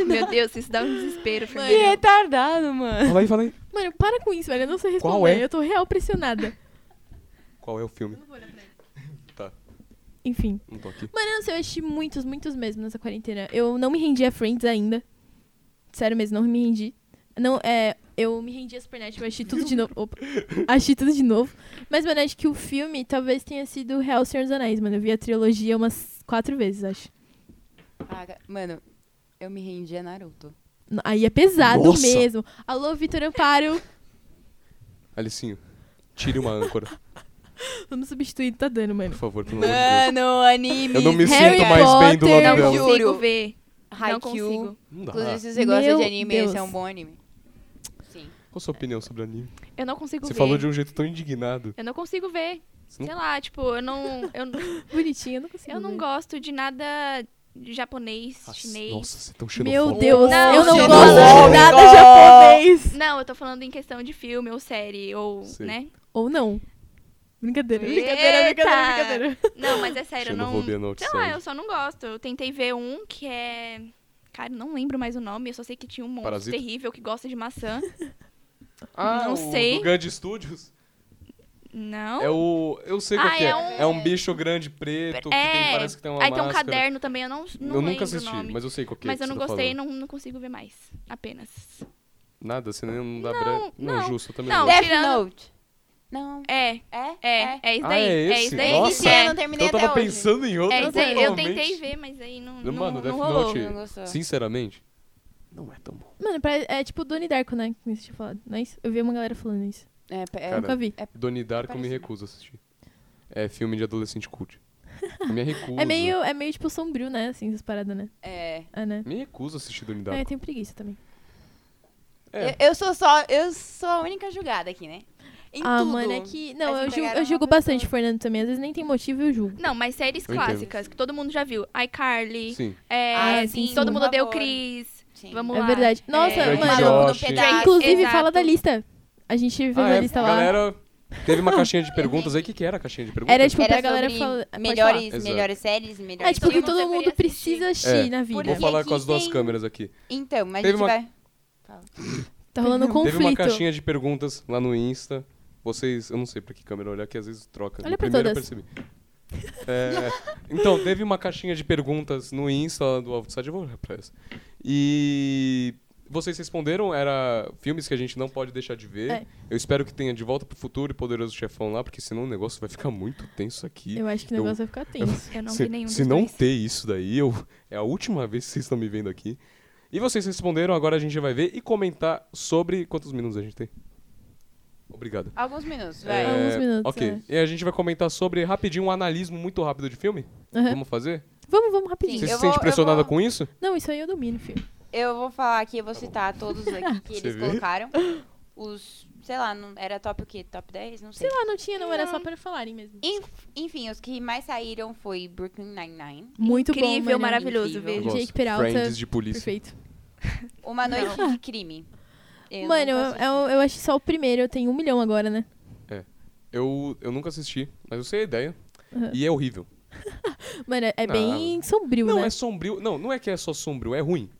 S4: Meu Deus, isso dá um desespero,
S3: Mano.
S6: Que
S4: Fernanda.
S6: retardado, mano.
S1: Fala aí, fala aí.
S3: Mano, para com isso, velho. Eu não sei responder.
S1: Qual é?
S3: Eu tô real pressionada.
S1: Qual é o filme?
S3: Enfim.
S1: Não tô aqui.
S3: Mano, eu não sei, eu assisti muitos, muitos mesmo nessa quarentena. Eu não me rendi a Friends ainda. Sério mesmo, não me rendi. Não, é, eu me rendi a Supernatural, eu achei tudo de novo. Opa, achei tudo de novo. Mas, mano, acho que o filme talvez tenha sido Real Senhor dos Anéis, mano. Eu vi a trilogia umas quatro vezes, acho.
S2: Caraca, Mano, eu me rendi a Naruto.
S3: N- Aí é pesado
S1: Nossa!
S3: mesmo. Alô, Vitor Amparo.
S1: Alicinho, tire uma âncora,
S3: Vamos substituir, tá dando, mano.
S1: por favor, pelo amor de Deus.
S6: Mano, anime.
S1: Eu não me
S3: Harry
S1: sinto mais bem do lado
S3: Potter,
S1: dela.
S4: Não
S6: eu
S4: consigo
S6: juro.
S4: ver. Não
S2: Haikyuu.
S4: consigo.
S1: Não dá.
S2: Inclusive, se você gosta
S3: Meu
S2: de anime, esse é
S3: Deus.
S2: um bom anime. Sim.
S1: Qual a sua opinião sobre anime?
S4: Eu não consigo
S1: Você
S4: ver.
S1: falou de um jeito tão indignado.
S4: Eu não consigo ver.
S1: Você
S4: Sei
S1: não-
S4: lá, tipo, eu não. Eu,
S3: Bonitinho, eu não consigo.
S4: eu não
S3: ver.
S4: gosto de nada de japonês,
S1: Nossa,
S4: chinês.
S1: Nossa, você é tão xenofóbico.
S3: Meu Deus,
S4: Não,
S3: eu não
S1: gente,
S3: gosto
S1: não.
S3: de nada japonês.
S4: Não, eu tô falando em questão de filme ou série, ou,
S1: Sei.
S4: né?
S3: Ou não. Brincadeira, brincadeira,
S4: Eita!
S3: brincadeira, brincadeira.
S4: Não, mas é sério, eu não.
S1: Xenofobia na
S4: Sei
S1: audição.
S4: lá, eu só não gosto. Eu tentei ver um que é. Cara, eu não lembro mais o nome, eu só sei que tinha um monstro
S1: Parasita?
S4: terrível que gosta de maçã.
S1: Ah,
S4: não
S1: o
S4: sei.
S1: do Gandhi Studios?
S4: Não?
S1: É o. Eu sei qual
S4: Ah,
S1: que é.
S4: é
S1: É
S4: um-
S1: um, bicho grande preto, que tem,
S4: É.
S1: parece que tem uma
S4: Aí tem um
S1: máscara.
S4: caderno também, eu não, não
S1: eu
S4: lembro
S1: nunca
S4: o
S1: assisti,
S4: nome.
S1: mas eu sei qual que é.
S4: Mas
S1: que
S4: eu não
S1: você tá
S4: gostei e
S1: falando.
S4: não, não consigo ver mais. Apenas.
S1: Nada, você nem não dá branco. Não,
S4: não.
S1: justo, eu também
S4: Não,
S1: gosto.
S2: Death
S4: tirando-
S2: Note. Não.
S4: É,
S2: É?
S4: é, é isso
S1: Ah,
S4: daí.
S1: é
S4: é isso
S1: esse?
S4: daí.
S1: Nossa.
S2: Eu
S4: É,
S2: não terminei
S1: Então eu
S2: até
S1: tava
S2: hoje.
S1: pensando em outro.
S4: é isso daí. Eu
S1: totalmente.
S4: tentei ver, mas aí não, não,
S1: Mano,
S4: não
S1: Death
S4: rolou.
S1: Note,
S2: Não gostou.
S1: sinceramente, não é tão bom.
S3: Mano, pare- é tipo Donnie Darko, né? Que você tinha falado. Não é isso? Eu vi uma galera falando isso.
S2: É, pe- é,
S1: Cara,
S3: Nunca vi.
S1: Donnie Darko eu me
S2: Parecido.
S1: recuso a assistir. É filme de adolescente cult. Eu me recuso.
S3: É meio, é meio tipo sombrio, né? Assim, essas paradas, né?
S2: é.
S3: É, né?
S1: Me recuso a assistir Donnie
S3: É, eu
S1: Darko.
S3: tenho preguiça também.
S1: É.
S2: Eu, eu sou só. Eu sou a única julgada aqui, né? Em
S3: ah,
S2: tudo.
S3: mano, é que.
S2: Mas
S3: Não, eu julgo,
S2: entregaram
S3: eu
S2: uma
S3: julgo
S2: pessoa.
S3: bastante o Fernando também. Às vezes nem tem motivo eu julgo.
S4: Não, mas séries
S1: Eu entendo.
S4: clássicas que todo mundo já viu. iCarly,
S1: Sim.
S4: é,
S2: Ah, sim,
S4: Todo
S2: por
S4: Mundo Deu
S2: favor.
S4: Cris.
S2: Sim.
S4: Vamos
S3: É
S4: lá.
S3: verdade. Nossa,
S1: Drake
S3: mano. é,
S1: Josh.
S3: Inclusive,
S4: Exato.
S3: fala da lista. A gente fez
S1: Ah,
S3: a
S1: é,
S3: lista lá.
S1: galera, teve uma caixinha de perguntas aí. O que, que era a caixinha de perguntas?
S3: Era tipo pra
S2: Era
S3: galera
S2: sobre
S3: falar. pode
S2: melhores,
S1: falar.
S2: melhores séries, melhores
S3: falar. É tipo que
S4: Todo
S3: todo
S4: mundo
S3: mundo
S4: deveria
S3: precisa assistir
S1: É,
S3: na vida.
S1: Vou
S2: Porque
S1: falar
S2: aqui
S1: com as duas
S2: tem-
S1: câmeras aqui.
S2: Então, mas a
S1: Teve
S2: gente
S1: uma-
S2: vai.
S3: Tá rolando um conflito.
S1: Teve uma caixinha de perguntas lá no Insta. Vocês, eu não sei pra que câmera olhar, que às vezes troca.
S3: Olha
S1: No
S3: pra
S1: primeiro eu
S3: todas.
S1: percebi. É, então, teve uma caixinha de perguntas no Insta lá do Outside, eu vou olhar pra essa. E vocês responderam, era filmes que a gente não pode deixar de ver.
S3: É.
S1: Eu espero que tenha De Volta pro Futuro e Poderoso Chefão lá, porque senão o negócio vai ficar muito tenso aqui.
S3: Eu acho que o
S1: Eu-
S3: negócio vai ficar tenso.
S4: Eu não
S1: se
S4: vi nenhum
S1: se
S4: dos
S1: não
S4: dois.
S1: ter isso daí, eu, é a última vez que vocês estão me vendo aqui. E vocês responderam, agora a gente vai ver e comentar sobre. Quantos minutos a gente tem? Obrigado.
S2: Alguns minutos,
S1: É,
S2: vai.
S3: Alguns minutos,
S1: Ok. E a gente vai comentar sobre rapidinho um analismo muito rápido de filme?
S3: Aham.
S1: Vamos fazer?
S3: Vamos, vamos rapidinho.
S2: Sim,
S1: Você
S2: eu
S1: se sente
S2: vou- eu
S1: pressionada
S2: vou-
S1: com isso?
S3: Não, isso aí eu domino, filho.
S2: Eu vou falar aqui, eu vou citar todos aqui
S1: Tá
S2: que
S1: Você
S2: eles
S1: vê?
S2: colocaram. Os, sei lá, não, era top o quê? Top 10? Não sei.
S3: Sei lá, Ah, não tinha, não, era
S4: Não.
S3: só pra falarem mesmo.
S2: Enf- enfim, os que mais saíram foi Brooklyn Nine-Nine,
S3: Muito bom,
S4: Incrível,
S3: mano. é
S4: maravilhoso.
S2: Incrível.
S1: Eu
S4: Vejo.
S1: gosto.
S3: Jake Peralta,
S1: Friends de polícia.
S3: Perfeito.
S2: Uma Noite de Crime. Eu
S3: mano, eu,
S2: não posso
S3: eu, eu acho só o primeiro, eu tenho um milhão agora, né?
S1: Eu, eu nunca assisti, mas eu sei a ideia.
S3: Uhum.
S1: E é horrível.
S3: Mano, é é
S1: Não.
S3: bem sombrio,
S1: Não,
S3: né?
S1: é sombrio. Não, não é que é só sombrio, é ruim.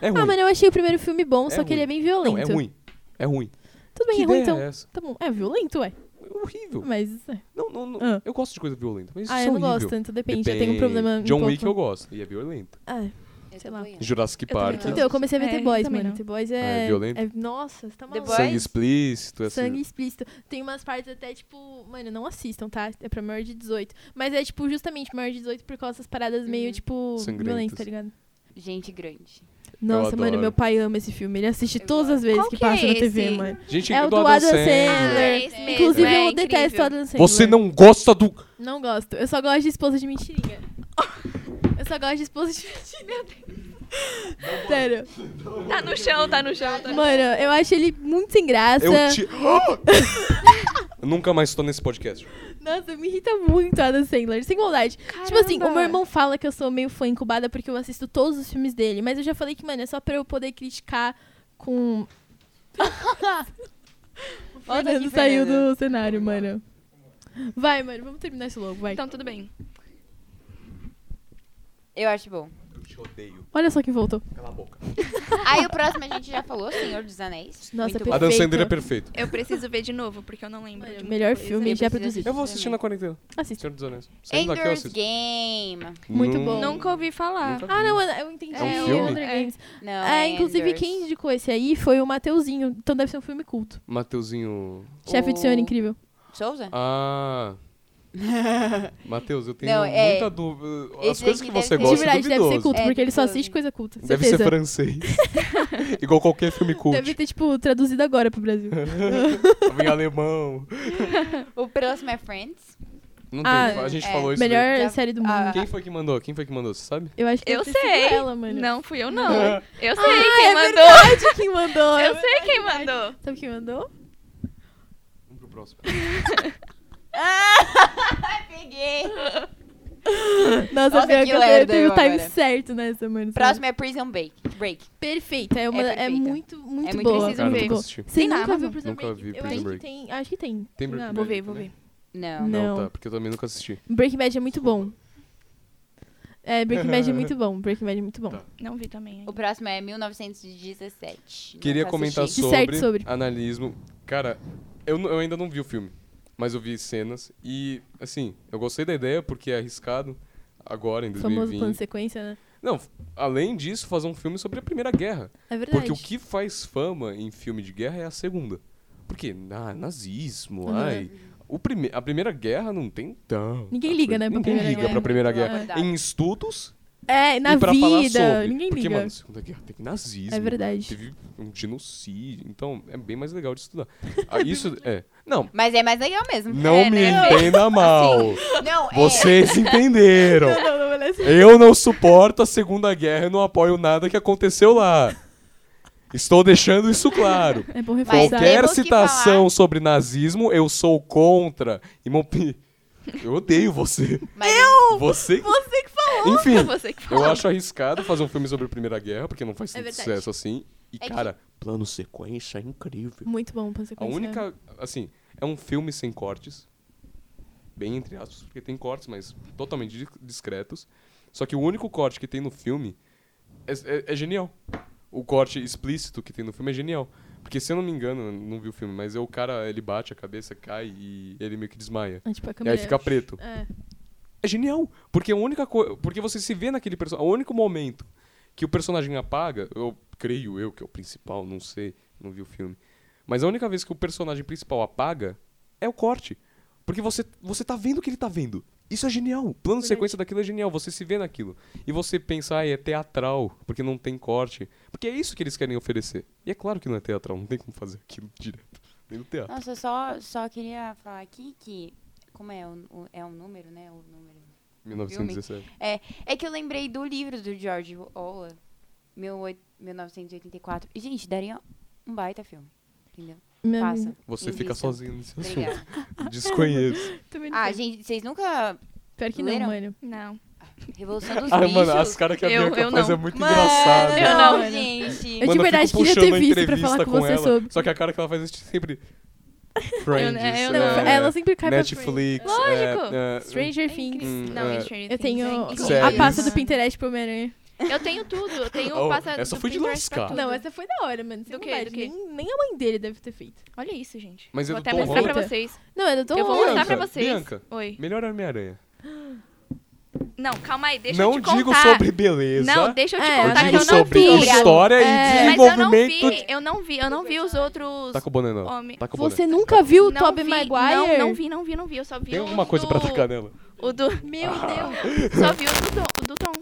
S1: É ruim.
S3: Ah, mano, eu achei o primeiro filme bom,
S1: É
S3: só que ele é bem violento.
S1: não, é ruim. É ruim.
S3: Tudo bem,
S1: que
S3: é ruim,
S1: ideia
S3: então.
S1: é essa?
S3: Tá bom. É violento, ué.
S1: É horrível.
S3: Mas. é.
S1: Não, não, não.
S3: Ah.
S1: Eu gosto de coisa violenta, mas isso
S3: Ah,
S1: é
S3: eu não
S1: horrível.
S3: gosto tanto, depende. Eu tenho um
S1: Depende.
S3: problema.
S1: John
S3: um pouco.
S1: Wick eu gosto, e é violento.
S3: Ah,
S2: assistir. Eu
S3: sei
S2: tô
S3: lá.
S2: boiando.
S1: Jurassic
S3: eu também
S1: Park,
S3: não. Então, eu comecei a ver
S4: É,
S3: The Boys,
S4: também
S3: mano.
S4: não.
S3: The Boys
S1: Ah,
S3: é.
S1: é violento?
S3: é- Nossa, você
S2: The
S3: tá maluco.
S2: Boys?
S1: sangue explícito, essa...
S3: Sangue explícito. Tem umas partes até, tipo, mano, não assistam, tá? É pra maior de 18. Mas é, tipo, justamente maior de 18 por causa das paradas meio,
S2: Uhum.
S3: tipo,
S1: Sangrentas.
S3: violentas, tá ligado?
S2: Gente grande.
S3: Nossa, mano,
S1: adoro.
S3: meu pai ama esse filme. Ele assiste
S2: Eu
S3: todas
S2: adoro.
S3: as vezes
S4: Qual
S3: que,
S4: que é
S3: passa na TV,
S4: esse?
S3: mano.
S1: Gente,
S3: É
S1: do
S3: o do
S1: Sandler.
S3: Adam Sandler. um
S4: É esse mesmo,
S3: Inclusive,
S4: é
S3: eu detesto
S4: incrível.
S3: Adam Sandler.
S1: Você não gosta do...
S3: Não gosto. Eu só gosto de esposa de mentirinha. Eu só gosto de esposa de mentirinha. Sério.
S4: Tá no chão, tá no chão. Tá no...
S3: Mano, eu acho ele muito sem graça.
S1: Eu te... Eu nunca mais tô nesse podcast.
S3: Nossa, me irrita muito a Adam Sandler, sem maldade. Tipo assim, o meu irmão fala que eu sou meio fã incubada porque eu assisto todos os filmes dele, mas eu já falei que, mano, é só pra eu poder criticar com. o Fernando
S2: aqui,
S3: saiu
S2: Fernanda.
S3: do cenário, mano. Vai, mano, vamos terminar isso logo, vai.
S4: Então tudo bem.
S2: Eu acho bom.
S1: Eu te odeio.
S3: Olha só quem voltou.
S1: Cala a boca.
S2: Aí o próximo a gente já falou, Senhor dos Anéis.
S3: Nossa,
S2: Muito
S3: perfeito.
S1: Adam Sandler é perfeito.
S4: Eu preciso ver de novo, porque eu não lembro.
S3: Olha,
S4: de
S3: o
S4: muita
S3: melhor
S4: coisa.
S3: filme
S2: Eu
S3: já
S2: preciso
S3: produzido.
S1: Eu vou assistir na quarentena.
S3: Assista.
S1: Senhor dos Anéis. Saindo daqui eu
S2: Enders
S1: assisto. Hum,
S2: Game.
S3: Muito
S1: Nun-
S3: bom.
S4: Nunca ouvi falar.
S1: Nunca vi.
S3: Ah, não, Ana, eu entendi.
S1: É um
S3: o
S1: filme?
S3: Hunger
S4: É.
S3: Games.
S2: Não,
S3: Ah,
S2: é
S3: inclusive,
S2: Enders.
S3: quem indicou esse aí foi o Mateuzinho. Então deve ser um filme culto.
S1: Mateuzinho...
S3: Chefe de Senhor
S2: O-
S3: Incrível.
S2: Souza?
S1: Ah... Mateus, eu tenho
S2: Não, é-
S1: muita dúvida. As
S2: Esse
S1: coisas
S2: daqui
S1: que
S2: deve
S1: você
S2: ser-
S3: De
S1: gosta é
S3: verdade, deve ser
S1: duvidoso.
S3: culto,
S2: É,
S3: porque ele só
S2: duvidoso.
S3: assiste coisa culta.
S1: Deve
S3: certeza.
S1: ser francês. Igual qualquer filme cult.
S3: Deve ter, tipo, traduzido agora pro Brasil.
S1: Em alemão. Ah.
S2: O próximo é Friends.
S1: Não
S3: Ah,
S1: tem, a gente
S2: é.
S1: falou isso. daí.
S3: Melhor
S2: Já-
S3: série do mundo.
S2: Ah.
S1: Quem foi que mandou? Quem foi que mandou? Você sabe?
S3: Eu acho que
S4: Eu
S3: deve ter sido
S4: sei.
S3: ela, mano.
S4: Não fui eu, não.
S1: Não.
S4: Eu sei quem
S3: é
S4: mandou.
S3: Sabe quem mandou?
S4: Eu sei quem mandou.
S3: Sabe quem mandou?
S1: Vamos pro próximo.
S2: Peguei.
S3: Nossa,
S2: Nossa,
S3: pior
S2: que
S3: que eu
S2: lerda
S3: teve
S2: eu
S3: o time
S2: agora.
S3: certo nessa, mano. sabe?
S2: Próximo é Prison Break. Break.
S3: Perfeita. É, uma,
S2: É
S3: é,
S2: perfeita.
S3: muito, muito,
S2: É muito
S3: boa.
S4: preciso
S3: muito
S4: ver.
S3: boa.
S1: Nunca assisti.
S3: Você
S4: Tem na
S3: nunca viu
S4: Amazon?
S3: Prison
S1: Nunca
S3: Break?
S1: vi
S3: Eu
S1: Prison
S3: acho que
S1: Break.
S3: tem. Acho que tem. Ah,
S1: Tem
S3: Não.
S1: Breaking
S4: Vou
S1: Bad
S4: ver, vou
S1: também? né?
S4: ver.
S2: Não.
S1: Não,
S3: Não.
S1: tá, porque eu também nunca assisti.
S3: Breaking Bad é muito bom. É, Breaking Bad é muito bom. Breaking Bad é muito bom.
S1: Tá.
S4: Não vi também.
S2: O próximo é 1917.
S1: Queria
S2: Nunca
S1: comentar
S2: assisti.
S3: De certo
S1: sobre,
S3: sobre.
S1: analismo. Cara, eu, n- eu ainda não vi o filme. Mas eu vi cenas e, assim, eu gostei da ideia porque é arriscado agora, em
S3: Famoso plano de
S1: 2020.
S3: sequência, né?
S1: Não, além disso, fazer um filme sobre a Primeira Guerra.
S3: É verdade.
S1: Porque o que faz fama em filme de guerra é a Segunda. Porque na, nazismo,
S3: Uhum.
S1: ai... O prime a Primeira Guerra não tem tão...
S3: Ninguém liga, né, pra
S1: Ninguém
S3: Primeira
S1: liga
S3: Guerra.
S1: pra Primeira
S2: Pela
S1: Guerra.
S2: verdade.
S1: Em estudos
S3: É, na
S1: e pra falar
S3: vida.
S1: sobre.
S3: Ninguém
S1: Porque,
S3: liga.
S1: mano, Segunda Guerra teve nazismo.
S3: É verdade.
S1: Teve um genocídio. Então, é bem mais legal de estudar. Ah, isso é... Não,
S2: Mas é mais legal mesmo.
S1: não
S2: É,
S1: me
S2: né?
S1: entenda
S3: Assim,
S1: mal.
S2: Não, é.
S1: Vocês entenderam.
S3: Não, não, beleza.
S1: Eu não suporto a Segunda Guerra e não apoio nada que aconteceu lá. Estou deixando isso claro.
S3: É bom
S2: Mas
S3: reforçar.
S1: Qualquer
S2: temos que
S1: citação
S2: falar-
S1: sobre nazismo, eu sou contra. E mo- Eu odeio você.
S2: Mas é
S1: um- Você, você que falou. Enfim,
S4: Você que
S1: eu acho arriscado fazer um filme sobre a Primeira Guerra, porque não faz
S3: É
S1: tanto
S3: verdade.
S1: sucesso assim. E,
S2: que-
S1: cara, plano sequência é incrível.
S3: Muito bom plano de
S1: A
S3: sequência.
S1: única. Assim, é um filme sem cortes. Bem entre aspas, porque tem cortes, mas totalmente di- discretos. Só que o único corte que tem no filme é, é- é genial. O corte explícito que tem no filme é genial. Porque se eu não me engano, eu não vi o filme, mas é o cara, ele bate a cabeça, cai e ele meio que desmaia.
S3: É, tipo,
S1: E
S3: a
S1: aí
S3: câmera...
S1: fica preto.
S3: É.
S1: É genial, porque a única coisa, porque você se vê naquele personagem, o único momento que o personagem apaga, eu creio eu que é o principal, não sei, não vi o filme. Mas a única vez que o personagem principal apaga é o corte, porque você você tá vendo o que ele tá vendo. Isso é genial. O plano de sequência daquilo é genial, você se vê naquilo. E você pensa, ah, é teatral, porque não tem corte. Porque é isso que eles querem oferecer. E é claro que não é teatral, não tem como fazer aquilo direto. Nem no teatro.
S2: Nossa, eu só, só queria falar aqui que. Como é o, o- é um número, né? O número.
S1: 1917.
S2: É que eu lembrei do livro do George Orwell, 18- 1984. E, gente, daria um baita filme. Entendeu?
S3: Minha
S2: Passa.
S1: Você fica
S2: Invista.
S1: sozinho nesse assunto.
S2: Obrigada.
S1: Desconheço.
S3: Também não
S2: Ah,
S3: sei.
S2: gente, vocês nunca.
S3: Pior que não,
S2: leram?
S3: mano.
S4: Não.
S2: Revolução dos
S1: Ah,
S2: Bichos.
S1: mano, as caras que a
S4: Eu-
S1: Bianca
S4: eu
S1: faz
S4: não.
S1: é muito
S2: Mano,
S1: engraçado.
S3: Eu
S2: não,
S3: não,
S2: gente.
S3: Eu de
S1: Mano, fico
S3: verdade queria ter
S1: puxando a
S3: visto pra
S1: entrevista
S3: falar com você
S1: ela,
S3: sobre.
S1: Só que a cara que ela faz é sempre... Friends,
S4: eu
S1: é,
S4: não.
S3: Não, ela sempre cai pra
S1: Netflix.
S4: Lógico.
S1: é, é,
S3: Stranger
S4: É
S3: Things.
S4: incrível.
S1: Hum,
S4: não,
S1: é.
S4: Stranger
S3: Eu
S4: Things
S3: tenho
S4: é incrível.
S1: Sério?
S3: né? a pasta do
S2: Séries.
S3: Pinterest pro Homem-Aranha.
S4: Eu tenho tudo. Eu tenho
S1: Oh,
S4: o pasta
S1: essa
S4: do
S1: foi de
S4: Pinterest pra
S1: lascar.
S4: tudo.
S3: Não, essa foi da hora, mano. Sem
S4: Do quê?
S3: maldade,
S4: Do quê?
S3: Nem, nem a mãe dele deve ter feito.
S4: Olha isso, gente.
S1: Mas é
S4: vou
S1: do
S4: até
S1: Tom
S4: mostrar pra
S3: Holland?
S4: vocês.
S3: Não, é do Tom
S4: eu vou
S3: Holland.
S4: mostrar pra
S1: Bianca,
S4: vocês.
S1: Bianca.
S4: Oi.
S1: Melhor Homem-Aranha.
S4: Não, calma aí. Deixa
S1: Não
S4: eu te contar.
S1: digo sobre beleza.
S4: Não, deixa eu te
S3: É,
S1: eu
S4: contar
S3: mas
S4: que
S1: digo
S4: eu não
S1: sobre
S4: vi.
S1: história
S3: É.
S1: e
S4: Mas eu não vi,
S1: desenvolvimento.
S4: eu não vi, eu não vi os outros
S1: Tá com o boné, não.
S4: homens.
S1: Tá com o boné.
S3: Você nunca viu o
S4: Não
S3: Tobey
S4: vi,
S3: Maguire?
S4: Não, não vi, não vi, não vi. Eu só vi
S1: Tem
S4: o
S1: alguma coisa
S4: do,
S1: pra né? tacar nela?
S4: O do...
S3: Meu Deus.
S4: Só vi o do Tom. Do Tom.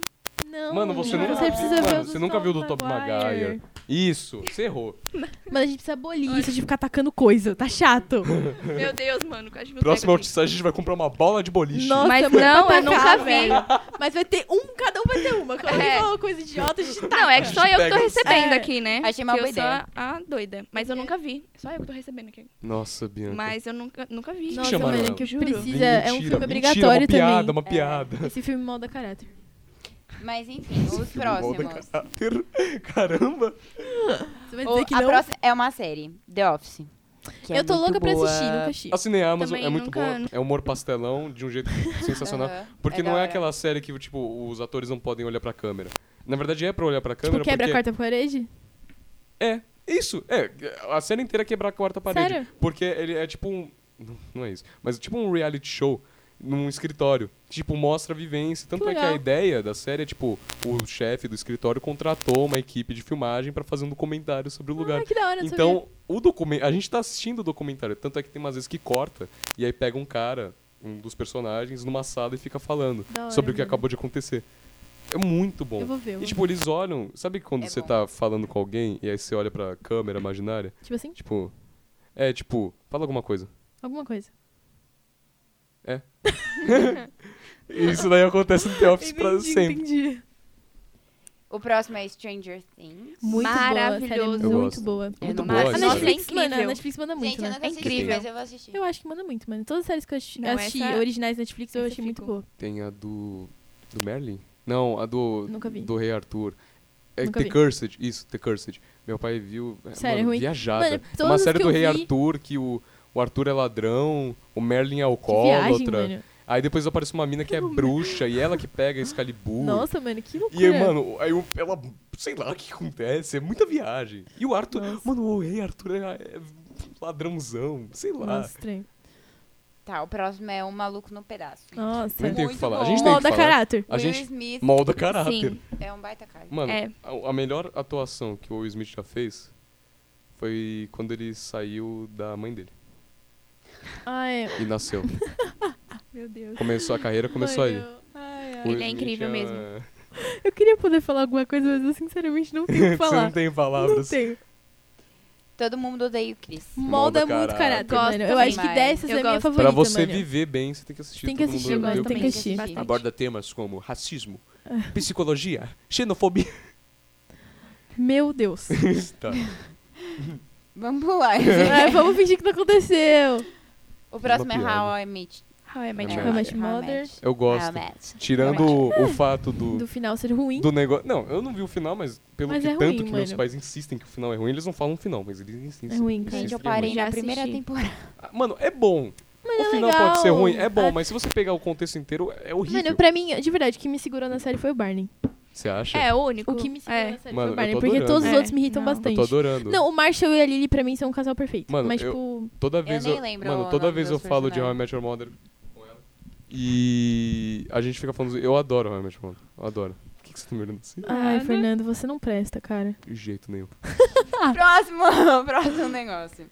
S3: Não.
S1: Ah. Mano, você
S3: menino,
S1: nunca
S3: você
S1: viu,
S3: precisa
S1: mano,
S3: ver o
S1: você
S3: do
S1: nunca
S3: Tom
S1: viu do Tobey Maguire. Isso, você errou.
S3: Mano, a gente precisa abolir isso de ficar atacando coisa. Tá chato.
S4: Meu Deus, mano. Quase me
S1: Próximo
S4: pego aqui.
S1: Outside a gente vai comprar uma bola de boliche.
S3: Nossa, tá
S4: Mas
S3: mano,
S4: não,
S3: vai
S4: eu nunca
S3: tacar,
S4: vi.
S3: velho. Mas vai ter um, cada um vai ter uma. Quando
S4: É.
S3: alguém falou coisa idiota, a gente taca.
S4: Não, é que só eu que tô
S1: Hashtag-
S4: recebendo
S3: Tá, É.
S4: aqui, né?
S2: Achei uma
S4: Que
S2: boa
S4: eu sou
S2: ideia.
S4: a doida. Mas eu nunca vi. Só eu que tô recebendo aqui.
S1: Nossa, Bianca.
S4: Mas eu nunca, nunca vi.
S3: Nossa,
S1: chamaram
S3: mano,
S1: ela?
S3: que
S4: Juro.
S3: precisa.
S1: Mentira,
S3: é um filme
S1: mentira,
S3: obrigatório
S1: uma piada,
S3: também. É.
S1: uma piada.
S3: Esse filme molda caráter.
S2: Mas enfim, os próximos.
S1: Caramba!
S3: Você vai
S2: O-
S3: dizer que
S2: a
S3: não?
S2: próxima é uma série, The Office. que é
S3: eu tô
S2: muito
S3: louca pra
S2: boa.
S3: assistir, nunca assisti.
S1: Assinei a Amazon,
S4: Também
S1: é muito
S4: nunca-
S1: boa. É humor pastelão, de um jeito sensacional.
S2: Aham,
S1: Porque
S2: da
S1: não é
S2: hora.
S1: aquela série que, tipo, os atores não podem olhar pra câmera. Na verdade, é pra olhar pra câmera,
S3: Tipo, quebra a
S1: porque...
S3: quarta parede?
S1: É, isso. É, a série inteira é quebrar a quarta parede.
S3: Sério?
S1: Porque ele é tipo um... Não, não é isso. Mas é tipo um reality show num escritório. Tipo, mostra a vivência. Tanto
S3: Que
S1: é que a
S3: legal.
S1: ideia da série é, tipo, o chefe do escritório contratou uma equipe de filmagem pra fazer um documentário sobre o lugar.
S3: Ah, que da hora, não sabia.
S1: Então, o documentário. A gente tá assistindo o documentário. Tanto é que tem umas vezes que corta e aí pega um cara, um dos personagens, numa sala e fica falando
S3: Da hora,
S1: sobre o que
S3: mano.
S1: acabou de acontecer. É muito bom.
S3: Eu vou ver. eu
S1: E
S3: vou
S1: tipo, eles olham. Sabe quando
S2: É
S1: você
S2: bom.
S1: tá falando com alguém e aí você olha pra câmera imaginária?
S3: ver. Tipo assim,
S1: Tipo. É, tipo, fala alguma coisa.
S3: alguma coisa.
S1: Isso daí acontece no The Office pra
S3: Entendi,
S1: sempre.
S3: entendi.
S2: O próximo é Stranger Things.
S3: Muito boa,
S4: Maravilhoso.
S3: série
S1: Eu
S3: muito
S1: gosto.
S3: boa.
S1: É muito boa
S2: Mas-
S3: A
S1: a
S2: Nossa,
S1: história.
S3: Netflix,
S4: é
S3: mano, a
S4: incrível.
S3: Netflix manda muito,
S2: Gente, eu
S3: né?
S2: nunca
S4: É
S2: assisti,
S4: incrível.
S2: mas eu vou assistir.
S3: Eu acho que manda muito, mano. Todas as séries que eu assisti,
S4: Não,
S3: assisti
S4: essa-
S3: originais Netflix, eu
S4: essa
S3: achei muito
S4: ficou.
S3: boa.
S1: Tem a do. Do Merlin? Não, a do.
S3: Nunca vi.
S1: Do Rei Arthur. É
S3: Nunca
S1: The
S3: vi.
S1: Cursed, isso, The Cursed. Meu pai viu. é,
S3: Sério,
S1: mano,
S3: é ruim.
S1: Viajada.
S3: Mano,
S1: É uma
S3: todas
S1: série
S3: que
S1: do
S3: eu
S1: Rei
S3: vi-
S1: Arthur que o, o Arthur é ladrão, o Merlin é
S3: Que viagem,
S1: alcoólatra.
S3: mano.
S1: aí depois aparece uma mina que é bruxa e ela que pega Excalibur.
S3: Nossa, mano, que loucura.
S1: E aí, mano, aí o- ela. Sei lá o que acontece, é muita viagem. E o Arthur.
S3: Nossa.
S1: Mano, o rei Arthur é, é ladrãozão, sei lá.
S3: Nossa, estranho.
S2: Tá, o próximo é Um Maluco no Pedaço. é
S3: Nossa.
S1: Nem tem o que
S2: Muito
S1: falar. A
S2: bom.
S1: gente tem que
S3: Molda
S1: falar.
S3: caráter.
S1: A
S2: Will
S1: gente
S2: Smith
S1: molda caráter.
S4: Sim.
S2: é um baita cara.
S1: Mano,
S4: É.
S1: a, a melhor atuação que o Will Smith já fez foi quando ele saiu da mãe dele
S3: Ai,
S1: e nasceu.
S4: Meu Deus.
S1: Começou a carreira, começou aí.
S3: mano, ai, ai.
S1: O Will
S4: Ele é
S1: Smith
S4: incrível mesmo.
S3: Eu queria poder falar alguma coisa, mas eu sinceramente não tenho o que
S1: Você
S3: falar.
S1: não tem
S3: Não
S1: palavras.
S3: tenho.
S2: Todo mundo odeia o Chris.
S3: Molda
S1: Molda
S3: muito
S1: caráter.
S3: caráter, mano. Eu
S2: Gosto
S3: acho que
S2: também.
S3: dessas
S4: Eu
S3: é a minha
S4: gosto.
S3: favorita,
S1: Pra você
S3: mano.
S1: viver bem, você tem que assistir
S3: Tem que
S1: Todo
S3: assistir,
S1: Mundo
S4: eu
S1: Odeia o
S4: gosto
S3: tem
S4: também.
S3: que
S1: Chris.
S3: assistir.
S4: Bastante.
S1: Aborda temas como racismo, psicologia, xenofobia.
S3: Meu Deus.
S1: Tá.
S2: Vamos pular.
S3: É, vamos fingir que não aconteceu.
S2: o próximo é
S1: Uma piada.
S2: How I Met.
S4: How I Met
S1: É.
S4: Your
S1: How I
S4: Mother.
S3: Met Your Mother.
S1: Eu
S2: How I
S1: gosto.
S2: Met.
S1: Tirando o fato do,
S3: Do final ser ruim.
S1: do negócio. Não, eu não vi o final, mas pelo
S3: Mas
S1: que
S3: é ruim,
S1: tanto que meus
S3: mano.
S1: pais insistem que o final é ruim, eles não falam o final, mas eles insistem.
S3: É ruim, cara.
S2: Gente, eu
S1: Extremamente.
S2: parei
S4: Já
S2: na primeira
S4: assisti.
S2: temporada.
S1: Ah, Mano, é bom.
S3: Mas
S1: o
S3: é
S1: final
S3: legal.
S1: pode ser ruim, é bom,
S3: Ah,
S1: mas se você pegar o contexto inteiro, é horrível.
S3: Mano, pra mim, de verdade, o que me segurou na série foi o Barney.
S1: Você acha?
S4: É, o único.
S3: O que me segurou
S4: é.
S3: na série
S1: Mano,
S3: foi
S1: eu
S3: o Barney,
S1: tô
S3: porque
S1: adorando.
S3: todos os
S4: É,
S3: outros me irritam
S4: não. Eu
S1: Eu
S3: bastante.
S1: tô adorando.
S3: Não, o Marshall e a Lily, pra mim, são um casal perfeito.
S1: Mano,
S3: mas,
S1: eu-
S3: tipo,
S1: Toda vez eu,
S2: nem lembro
S1: mano,
S2: o
S1: toda
S2: nome
S1: vez eu
S2: dos
S1: falo de How I
S2: personagens.
S1: Met Your Mother com ela. E a gente fica falando, eu adoro How I Met Your Mother. Eu adoro. Por que, que você tá me olhando assim?
S3: ai,
S4: Nada.
S3: Fernando, você não presta, cara.
S1: De jeito nenhum.
S2: Próximo, próximo negócio.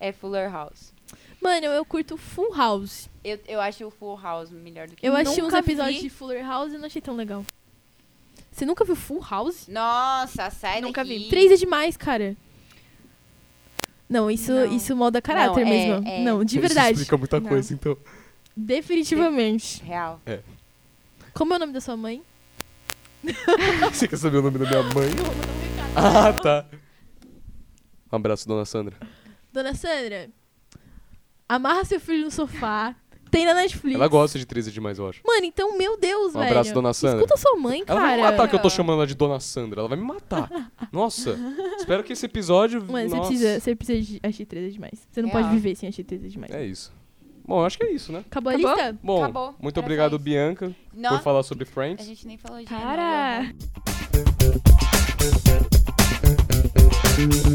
S2: É Fuller House.
S3: Mano, eu curto Full House.
S2: Eu, eu acho o Full House melhor do que
S3: Eu
S2: o-
S3: achei uns
S4: Nunca vi.
S3: episódios de Fuller House e não achei tão legal. Você nunca viu Full House?
S2: Nossa, sério.
S4: Nunca vi.
S3: Três é demais, cara. Não, isso,
S2: Não.
S3: isso molda caráter
S2: Não, é-
S3: mesmo.
S2: é-
S3: Não, de
S1: Isso
S3: verdade.
S1: explica muita
S4: Não.
S1: coisa, então.
S3: Definitivamente.
S2: Real.
S3: Como é o nome da sua mãe?
S1: Você quer saber o nome da minha mãe?
S3: um
S1: Ah, tá. Um abraço, dona Sandra.
S3: Dona Sandra, amarra seu filho no sofá. Tem na Netflix.
S1: Ela gosta de 13 demais, eu acho.
S3: Mano, então, meu Deus,
S1: Um
S3: velho.
S1: abraço, dona Sandra.
S3: Escuta sua mãe,
S1: Ela vai
S3: cara.
S1: me matar que eu tô chamando ela de Dona Sandra. Ela vai me matar. Nossa. Espero que esse episódio.
S3: Mano, você
S1: nossa.
S3: precisa, você precisa de achei 13 é demais. Você não
S2: É,
S3: pode
S2: ó.
S3: viver sem achei 13 é demais.
S1: É isso. Bom, acho que é isso, né?
S3: Acabou,
S4: Acabou?
S3: a lista?
S1: Bom,
S2: Acabou.
S1: muito
S2: Era
S1: obrigado,
S2: só isso.
S1: Bianca, por
S2: Nossa,
S1: falar sobre
S2: a
S1: Friends.
S2: gente nem falou de
S4: Para!
S2: Renan Lohan.